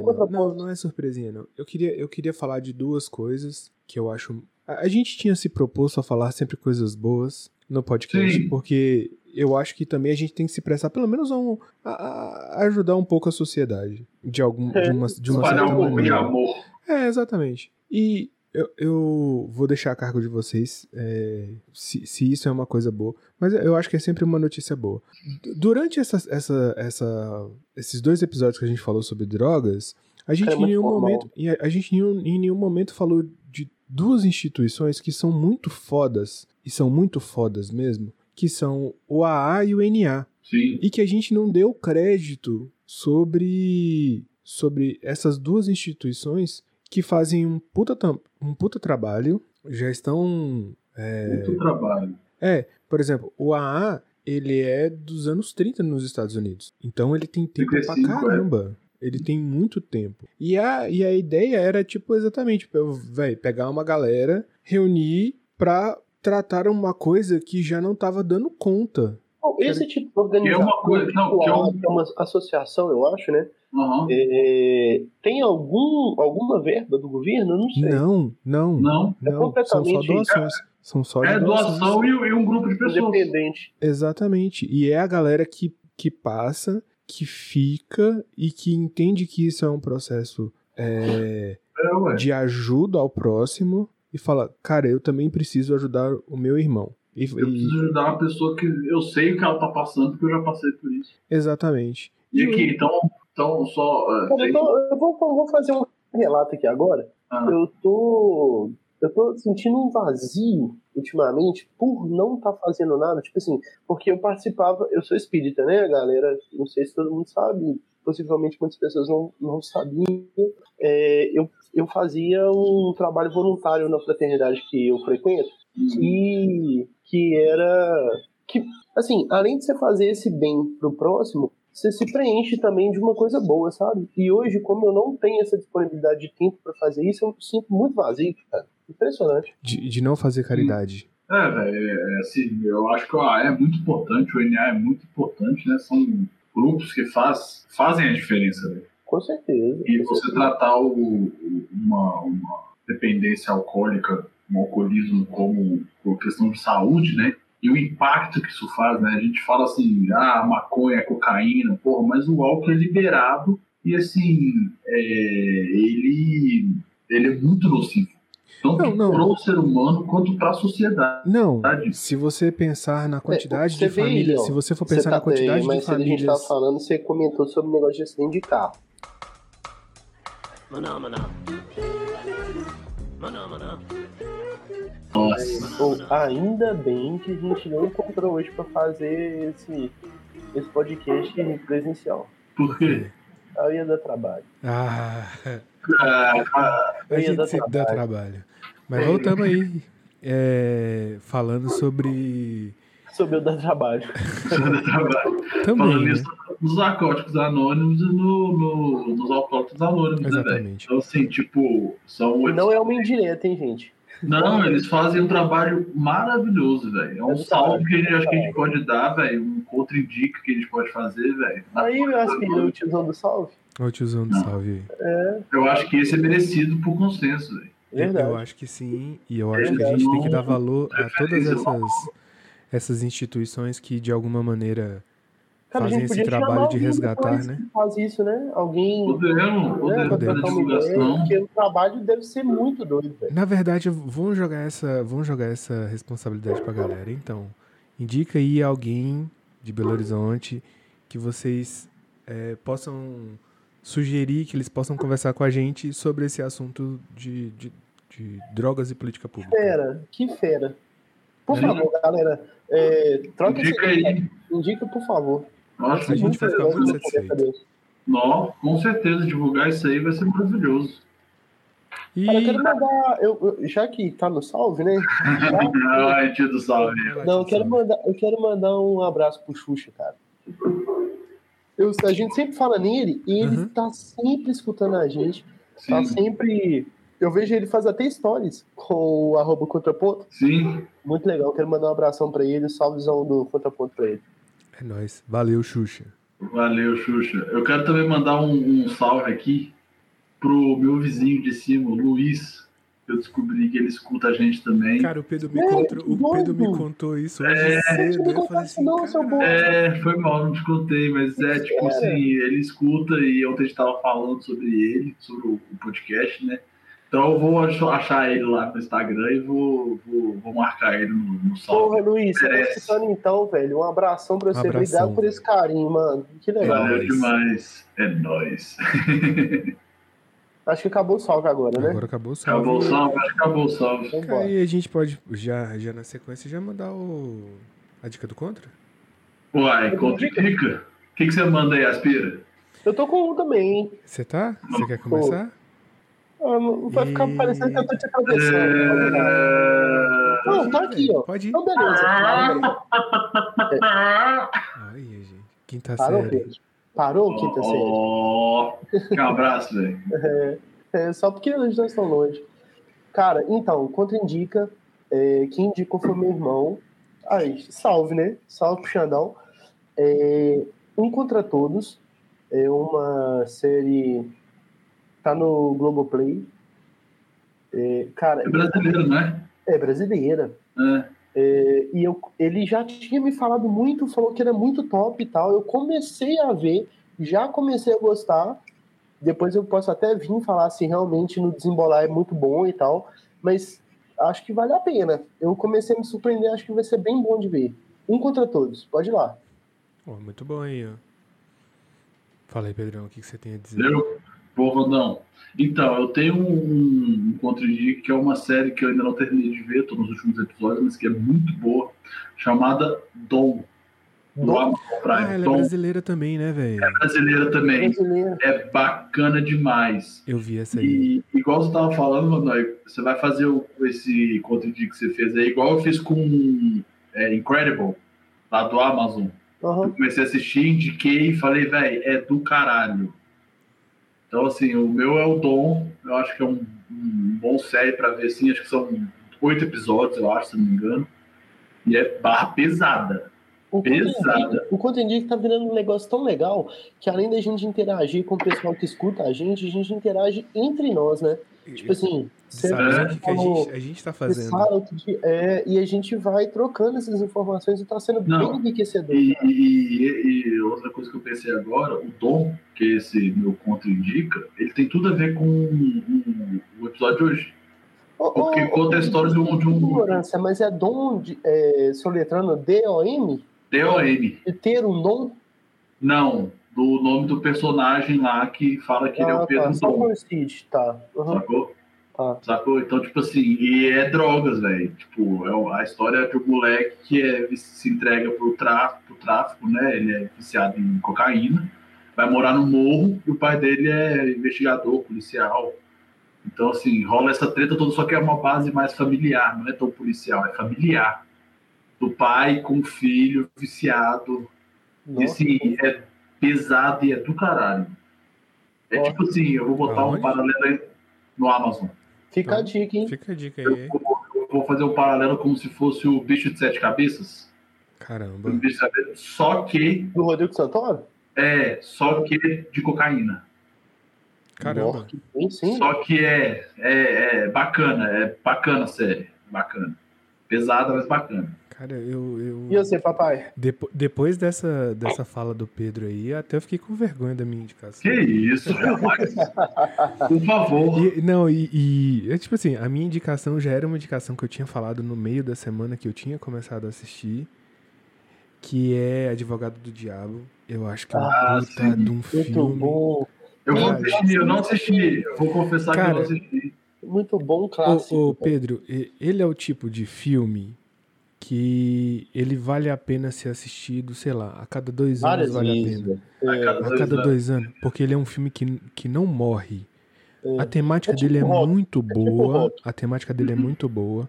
A: contraponto, é um
D: Não. não,
A: contraponto.
D: não é surpresinha, não. Eu queria, eu queria falar de duas coisas que eu acho. A, a gente tinha se proposto a falar sempre coisas boas no podcast,
C: Sim.
D: porque eu acho que também a gente tem que se prestar, pelo menos, a, um, a- a- a ajudar um pouco a sociedade. De, algum, de uma, de uma
C: Espalhar
D: certa
C: um pouco de
D: maneira.
C: amor.
D: É, exatamente. E eu, eu vou deixar a cargo de vocês é, se, se isso é uma coisa boa, mas eu acho que é sempre uma notícia boa. Du- Durante essa, essa, essa, esses dois episódios que a gente falou sobre drogas, a gente
A: Cara, é
D: em
A: muito
D: nenhum
A: formal.
D: momento, e a, a gente em nenhum, em nenhum momento falou de duas instituições que são muito fodas e são muito fodas mesmo, que são o AA e o NA
C: Sim.
D: e que a gente não deu crédito sobre sobre essas duas instituições que fazem um puta, tam- um puta trabalho, já estão
C: Muito trabalho.
D: é, por exemplo, o AA, ele é dos anos 30 nos Estados Unidos. Então ele tem tempo pra
C: 35,
D: caramba. Ele tem muito tempo. E a, e a ideia era, tipo, exatamente, tipo, véi, pegar uma galera, reunir pra tratar uma coisa que já não tava dando conta.
A: Bom, Esse tipo de
C: Que é
A: organização,
C: uma coisa. Não,
A: tipo,
C: que é um.
A: que é uma associação, eu acho, né?
C: Aham.
A: É, tem algum, alguma verba do governo? Eu Não sei.
D: Não, não.
C: Não.
A: É
D: Não, são só
A: completamente-
D: doações. São só de
C: É
D: doações.
C: doação e, e um grupo de pessoas.
A: Independente.
D: Exatamente. E é a galera que, que passa, que fica e que entende que isso é um processo é,
C: É, ué.
D: de ajuda ao próximo e fala, cara, eu também preciso ajudar o meu irmão. E,
C: Eu
D: e-
C: preciso ajudar uma pessoa que eu sei o que ela tá passando, porque eu já passei por isso.
D: exatamente.
C: E aqui, então, então só.
A: Cara,
C: eh,
A: eu, tô- eu vou, eu vou fazer um relato aqui agora.
C: Ah.
A: Eu tô. Eu tô sentindo um vazio ultimamente por não estar fazendo nada. Tipo assim, porque eu participava, eu sou espírita, né, galera? Não sei se todo mundo sabe. Possivelmente muitas pessoas não, não sabiam. É, eu, eu fazia um trabalho voluntário na fraternidade que eu frequento. que, que era que assim, além de você fazer esse bem pro próximo, você se preenche também de uma coisa boa, sabe? E hoje, como eu não tenho essa disponibilidade de tempo pra fazer isso, eu me sinto muito vazio, cara. Impressionante.
D: De, de não fazer caridade.
C: É, velho, é, assim, eu acho que o AA é muito importante, o NA é muito importante, né? São grupos que faz, fazem a diferença, né? velho.
A: Com certeza.
C: E
A: Com
C: você tá
A: certeza.
C: tratar o- o- uma, uma dependência alcoólica, um alcoolismo como uma questão de saúde, né? E o impacto que isso faz, né? A gente fala assim, ah, maconha, cocaína, porra, mas o álcool é liberado e assim, é, ele, ele é muito nocivo.
D: Não,
C: Tanto
D: não.
C: para o ser humano quanto para a sociedade.
D: Não,
C: Verdade.
D: se você pensar na quantidade
A: É, você
D: de
A: vê aí,
D: família,
A: ó,
D: se você for
A: Você
D: pensar
A: tá
D: na quantidade
A: bem, mas
D: de
A: quando a gente tava
D: famílias...
A: falando, você comentou sobre o negócio de acidente de carro.
F: Maná, maná. Maná, maná.
C: Nossa.
A: Ou, ainda bem que a gente não encontrou hoje pra fazer esse, esse podcast presencial.
C: Por quê?
A: Aí ia dar trabalho.
D: Ah,
C: Ah,
D: a
A: Eu ia
D: gente
A: dar
D: sempre dá trabalho. Mas voltamos aí. é, falando sobre.
A: Sobre eu dar trabalho.
C: isso dá trabalho. Falando
D: Também. né?
C: nisso, nos narcóticos anônimos e no, no- nos alcoólicos anônimos, né, velho?
D: Exatamente.
C: Então, assim, tipo, são.
A: E
C: Eles,
A: não é uma indireta, hein, gente?
C: não, eles fazem um trabalho maravilhoso, velho. É um
A: Eles
C: salve
A: fazem,
C: que a gente, acho que a
A: cara.
C: gente pode dar, velho. Um contra-indica que a gente pode fazer, velho.
A: Aí, meu aspirante, o tiozão do salve.
D: Olha o tiozão do
C: Não.
D: salve aí.
C: Eu acho que esse é merecido por consenso, velho.
A: É Verdade.
D: Eu acho que sim, e eu acho que a gente tem que dar valor a todas essas, essas instituições que, de alguma maneira,
A: Cara, a
D: fazem
A: gente
D: esse
A: podia chamar
D: trabalho de
A: alguém
D: resgatar,
A: depois
D: né?
A: que Faz isso, né? Alguém.
C: Podemos,
A: né, pra
C: podemos
A: trocar
C: ter
A: uma
C: divulgação.
A: ideia, Porque o trabalho deve ser muito doido, velho.
D: Na verdade, vão jogar essa, vão jogar essa responsabilidade pra galera. Então, indica aí alguém de Belo Horizonte que vocês eh, possam sugerir que eles possam conversar com a gente sobre esse assunto de, de, de drogas e política pública.
A: Fera, que fera. Por
C: É.
A: favor, galera, é, troca
C: Indica
A: esse-
C: aí.
A: Indica, por favor.
C: Nossa,
D: A
A: Uhum.
D: gente vai ficar muito
A: Muito
D: satisfeito.
A: interessante.
C: Nó, com certeza, divulgar isso aí vai ser maravilhoso.
D: E...
A: Cara, eu quero mandar. Eu, eu- já que tá no salve, né?
C: Ai, tio do salve.
A: Não, eu quero mandar, eu quero mandar um abraço pro Xuxa, cara. Eu- a gente sempre fala nele e ele
D: Uhum.
A: tá sempre escutando a gente. Tá
C: Sim,
A: sempre. Eu vejo ele faz até stories com o arroba contraponto.
C: sim.
A: Muito legal. Quero mandar um abração pra ele, salvezão do contraponto pra ele.
D: É nóis. Valeu, Xuxa.
C: Valeu, Xuxa. Eu quero também mandar um, um salve aqui pro meu vizinho de cima, o Luiz. Eu descobri que ele escuta a gente também.
D: Cara, o Pedro me,
A: É,
D: contou, o
A: que
D: Pedro me
A: doido.
D: contou isso hoje
A: Você É. não
D: cedo. Eu
A: contou
D: falei
A: isso
D: assim,
A: não, um seu
D: "Caralho".
C: É, foi mal, não te contei, mas é tipo assim, ele escuta e ontem a gente tava falando sobre ele, sobre o, o podcast, né? Então eu vou ach- achar ele lá no Instagram e vou, vou, vou marcar ele no, no salve.
A: Porra, Luiz, você tá
C: Merece.
A: escutando então, velho. Um abração pra você.
D: Abração,
A: Obrigado por esse carinho, mano. Que legal.
C: Valeu
D: nóis.
C: demais. É nóis.
A: Acho que acabou o salve agora, né?
D: Agora acabou o salve.
C: Acabou o salve, acho que acabou o salve.
A: Vamos
D: Cara,
A: embora.
D: e a gente pode, já, já na sequência, já mandar o... a dica do contra?
C: Uai, conta e dica. O que, que você manda aí, Aspira?
A: Eu tô com um também, hein?
D: Você tá? Você quer começar?
A: Ah, não- Vai ficar
D: E-
A: parecendo que eu tô te atravessando.
C: É...
A: Não, tá aqui, ó.
D: Pode ir.
A: Então, beleza. Parou,
D: Olha, gente. Quinta
A: Parou,
D: série.
A: Pedro. Parou, assim. quinta série.
C: Ó, um abraço, velho.
A: É, só porque eles dois estão longe. Cara, então, contraindica. É, quem indicou foi meu irmão. Aí, salve, né? Salve pro Xandão. É, um contra todos. É uma série. Tá no Globoplay. É, cara,
C: É brasileiro, né?
A: é brasileira.
C: É.
A: e eu, ele já tinha me falado muito, falou que era muito top e tal. Eu comecei a ver, já comecei a gostar. Depois eu posso até vir falar se realmente no desembolar é muito bom e tal. Mas acho que vale a pena. Eu comecei a me surpreender, acho que vai ser bem bom de ver. Um contra todos, pode ir lá.
D: Ó, muito bom aí, ó. Fala aí, Pedrão, o que, que você tem a dizer?
C: Entendeu? Pô, Rodão. Então, eu tenho um, um contra-indica que é uma série que eu ainda não terminei de ver, tô nos últimos episódios, mas que é muito boa, chamada Dom. Do
A: Dom?
C: Amazon
D: Ah,
C: Prime.
A: então.
D: ela é
C: Dom
D: brasileira também, né, velho?
C: brasileira também.
A: Brasileiro.
C: É bacana demais.
D: Eu vi essa aí.
C: E igual você tava falando, Manoel, você vai fazer o- esse contra que você fez aí, igual eu fiz com é, Incredible, lá do Amazon. Eu
A: Aham.
C: comecei a assistir, indiquei e falei, velho, é do caralho. Então, assim, o meu é o Dom, eu acho que é um, um bom série pra ver, assim, acho que são oito episódios, eu acho, se não me engano. E é barra pesada.
A: O
C: Pesada.
A: O Contendic tá virando um negócio tão legal que além da gente interagir com o pessoal que escuta a gente, a gente interage entre nós, né? Tipo assim, você
D: Sabe o que que a
A: falou-
D: gente, a gente tá
A: Você
D: fazendo?
A: fala outro dia, é, e a gente vai trocando essas informações e tá sendo
C: Não.
A: bem enriquecedor.
C: E,
A: cara.
C: e- e outra coisa que eu pensei agora, o Dom, que é esse meu contra indica, ele tem tudo a ver com um- um- o episódio de hoje.
A: Ô,
C: Porque
A: ô,
C: conta a
A: ô,
C: história de um- de um-
A: Ignorância, mas é dom, de, é, soletrando D-O-M,
C: D.O.M.
A: de ter um dom.
C: Não, do nome do personagem lá que fala que ele é
A: Ah,
C: o Pedro
A: tá, só
C: Dom,
A: por Cid, tá. Uhum,
C: sacou?
A: Ah.
C: Sacou? Então, tipo assim, e é drogas, velho. Tipo, é o- a história de um moleque que é- se entrega pro tráfico, pro tráfico, né? Ele é viciado em cocaína, vai morar no morro e o pai dele é investigador, policial. Então, assim, rola essa treta toda, só que é uma base mais familiar, não é tão policial, é familiar. Do pai com o filho viciado. E
A: Nossa.
C: assim, é pesado e é do caralho. É
A: Nossa.
C: tipo assim, eu vou botar um
D: Aonde?
C: paralelo aí no Amazon.
A: Fica a dica, hein?
D: Fica a dica aí.
C: Eu
D: hein?
C: vou, eu vou fazer um paralelo como se fosse o bicho de sete cabeças.
D: Caramba.
C: O bicho de sete cabeças, Só que
A: Do Rodrigo Santoro?
C: é, só que de cocaína.
D: Caramba.
A: Nossa, que bem, sim.
C: Só que é, é, é bacana, é bacana a série. Bacana. Pesada, mas bacana.
D: Cara, eu. eu...
A: E você, papai?
D: Depo- depois dessa, dessa fala do Pedro aí, até eu fiquei com vergonha da minha indicação.
C: Que isso, rapaz. Por favor.
D: E- não, e, e é tipo assim, a minha indicação já era uma indicação que eu tinha falado no meio da semana que eu tinha começado a assistir, que é Advogado do Diabo. Eu acho que é uma
C: Ah,
D: puta
C: sim.
D: de um
A: Muito
D: filme.
A: bom.
C: Eu vou
D: Cara,
C: assistir, eu não assisti. Eu vou confessar que eu não
D: Cara,
C: assisti.
A: Muito bom clássico.
D: Ô, ô, Pedro, e- ele é o tipo de filme que ele vale a pena ser assistido, sei lá, a cada dois
A: Várias
D: anos vale a
A: vezes.
D: pena.
A: velho.
C: A cada
D: A
C: dois
D: cada
A: né?
C: anos.
D: dois anos, porque ele é um filme que, que não morre.
A: É.
D: A temática
A: É tipo
D: dele é
A: Rock,
D: muito
A: tipo
D: boa.
A: Rock.
D: A temática dele é
C: Uhum.
D: muito boa.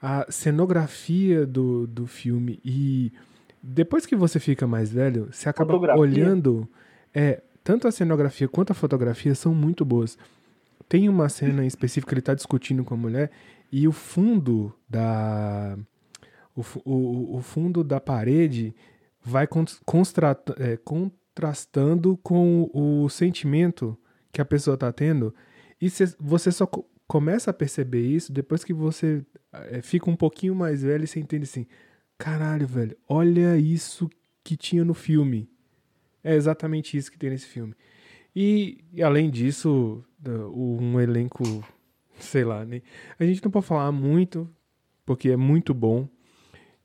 D: A cenografia do, do filme e depois que você fica mais velho, você acaba
A: Fotografia.
D: olhando. É, tanto a cenografia quanto a fotografia são muito boas. Tem uma cena em específico que ele tá discutindo com a mulher e o fundo da. O, fu- o- o- o fundo da parede vai con- constra- é, contrastando com o sentimento que a pessoa tá tendo. E cê- você só co- começa a perceber isso depois que você é, fica um pouquinho mais velho e você entende assim: caralho, velho, olha isso que tinha no filme. É exatamente isso que tem nesse filme. E, e além disso, da- o- um elenco, sei lá, né? A gente não pode falar muito, porque é muito bom.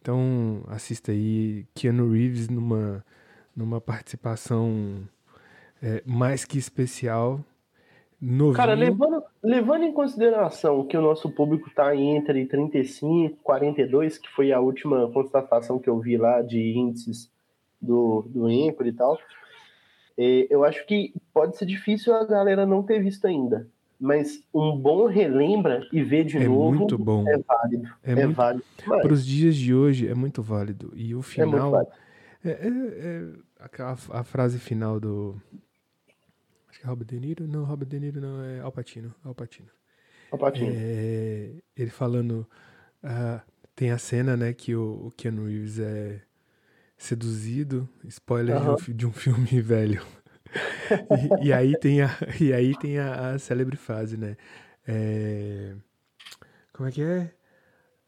D: Então, assista aí Keanu Reeves numa, numa participação é, mais que especial. Novinho. é
A: Cara, é levando, levando em consideração que o nosso público tá aí entre 35 e 42, que foi a última constatação que eu vi lá de índices do, do Emper e tal, eh, eu acho que pode ser difícil a galera não ter visto ainda. Mas um bom relembra e vê de
D: É
A: novo
D: muito bom.
A: é válido.
D: É
A: É,
D: muito-
A: válido. demais.
D: Para os dias de hoje é muito válido. E o
A: É muito
D: final.
A: válido.
D: É, é- é aquela, a frase final do. Acho que é Robert De Niro? Não, Robert De Niro não, é Al Pacino. Al Pacino.
A: Ó, Patinho.
D: É, ele falando. ah, tem a cena, né, que o, o Keanu Reeves é seduzido. Spoiler de um
A: Aham.
D: fi- de, um, filme velho. e, e aí tem a, e aí tem a, a célebre frase, né? É, como é que é?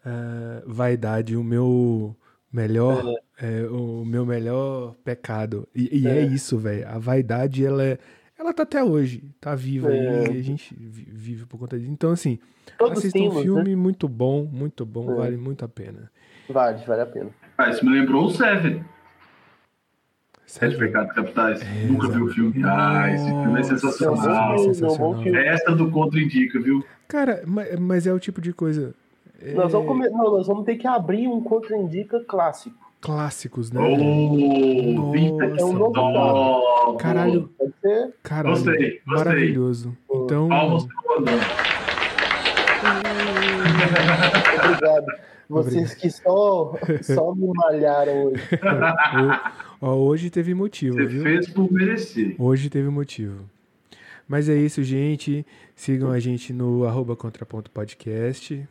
D: Ah, vaidade, o meu melhor, é, o meu melhor pecado. E, e é.
A: É.
D: isso, velho. A vaidade, ela, é- ela tá até hoje, tá viva
A: É.
D: aí, e a gente vi- vive por conta disso. Então, assim,
A: Todos
D: assista
A: temos,
D: um
A: né?
D: filme muito bom, muito bom,
A: É.
D: vale muito a pena.
A: Vale, vale a pena.
C: Ah, isso me lembrou o Seven. Sete
D: Sério?
C: Pecados Capitais.
D: É,
C: É Nunca vi o filme. Ah, esse filme é
D: Nossa,
C: sensacional.
D: esse
A: É um
D: filme é
A: bom
D: sensacional.
A: filme.
C: Essa do Contraindica, viu?
D: Cara, ma- mas, é o tipo de coisa. é,
A: Nós, vamos come- não, nós vamos ter que abrir um contraindica clássico.
D: Clássicos, né?
C: Oh,
D: Nossa,
C: Vintage
A: é um novo
C: Dog.
D: Caralho,
A: Pode ser?
D: caralho.
C: Gostei, gostei.
D: Maravilhoso. Então.
C: Palmas pro comandante.
A: Obrigado. Vocês que só, só me malharam hoje.
D: Ho- ó, hoje teve motivo,
C: Você
D: viu?
C: fez por merecer.
D: Hoje teve motivo. Mas é isso, gente. Sigam a gente no arroba contraponto podcast.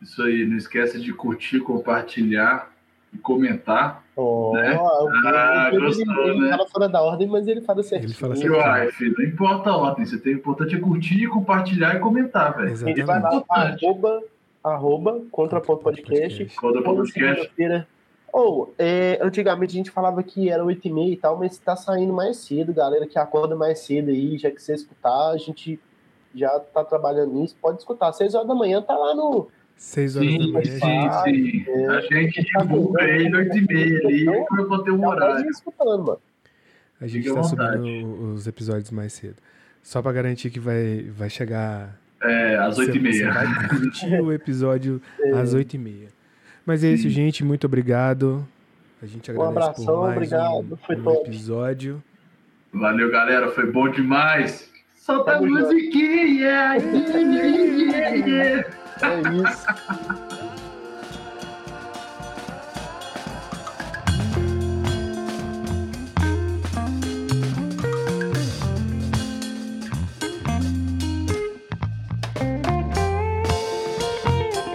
C: Isso aí, não esquece de curtir, compartilhar e comentar.
A: Oh,
C: Né?
A: o
C: Ah,
A: Pedro,
C: gostou,
A: ele,
C: né?
A: fala fora da ordem, mas ele fala certinho.
D: Ele fala
C: E
D: certinho.
C: uai, filho, não importa a ordem, você tem o importante é curtir, compartilhar e comentar, velho.
A: Ele vai
D: Exatamente.
A: lá, arroba, arroba, contraponto podcast.
C: Conta pro
A: Toda
C: podcast.
A: segunda-feira. Ou, é, antigamente a gente falava que era 8 e meia e tal, mas tá saindo mais cedo, galera que acorda mais cedo aí, já que você escutar, a gente já tá trabalhando nisso, pode escutar. 6 horas da manhã tá lá no.
D: Seis horas da
C: Sim,
D: manhã. é, tá
C: sim,
D: gente.
C: sim. A gente divulga ele 8 e
D: né?
C: meia ali pra eu poder
D: Então,
C: um
A: Já pode ir
C: horário.
A: tá escutando, mano.
D: A gente
C: Fique à
D: tá
C: vontade.
D: subindo os episódios mais cedo. Só pra garantir que vai, vai chegar
C: É, às oito e meia. É.
D: Você vai curtir o episódio às oito e meia. Mas é isso,
C: Sim.
D: gente. Muito obrigado. A gente
A: Um
D: agradece
A: abração,
D: por mais
A: obrigado,
D: um,
A: foi
D: um
A: top.
D: episódio.
C: Valeu, galera. Foi bom demais. Solta a
A: Tamo junto.
C: musiquinha.
A: É isso.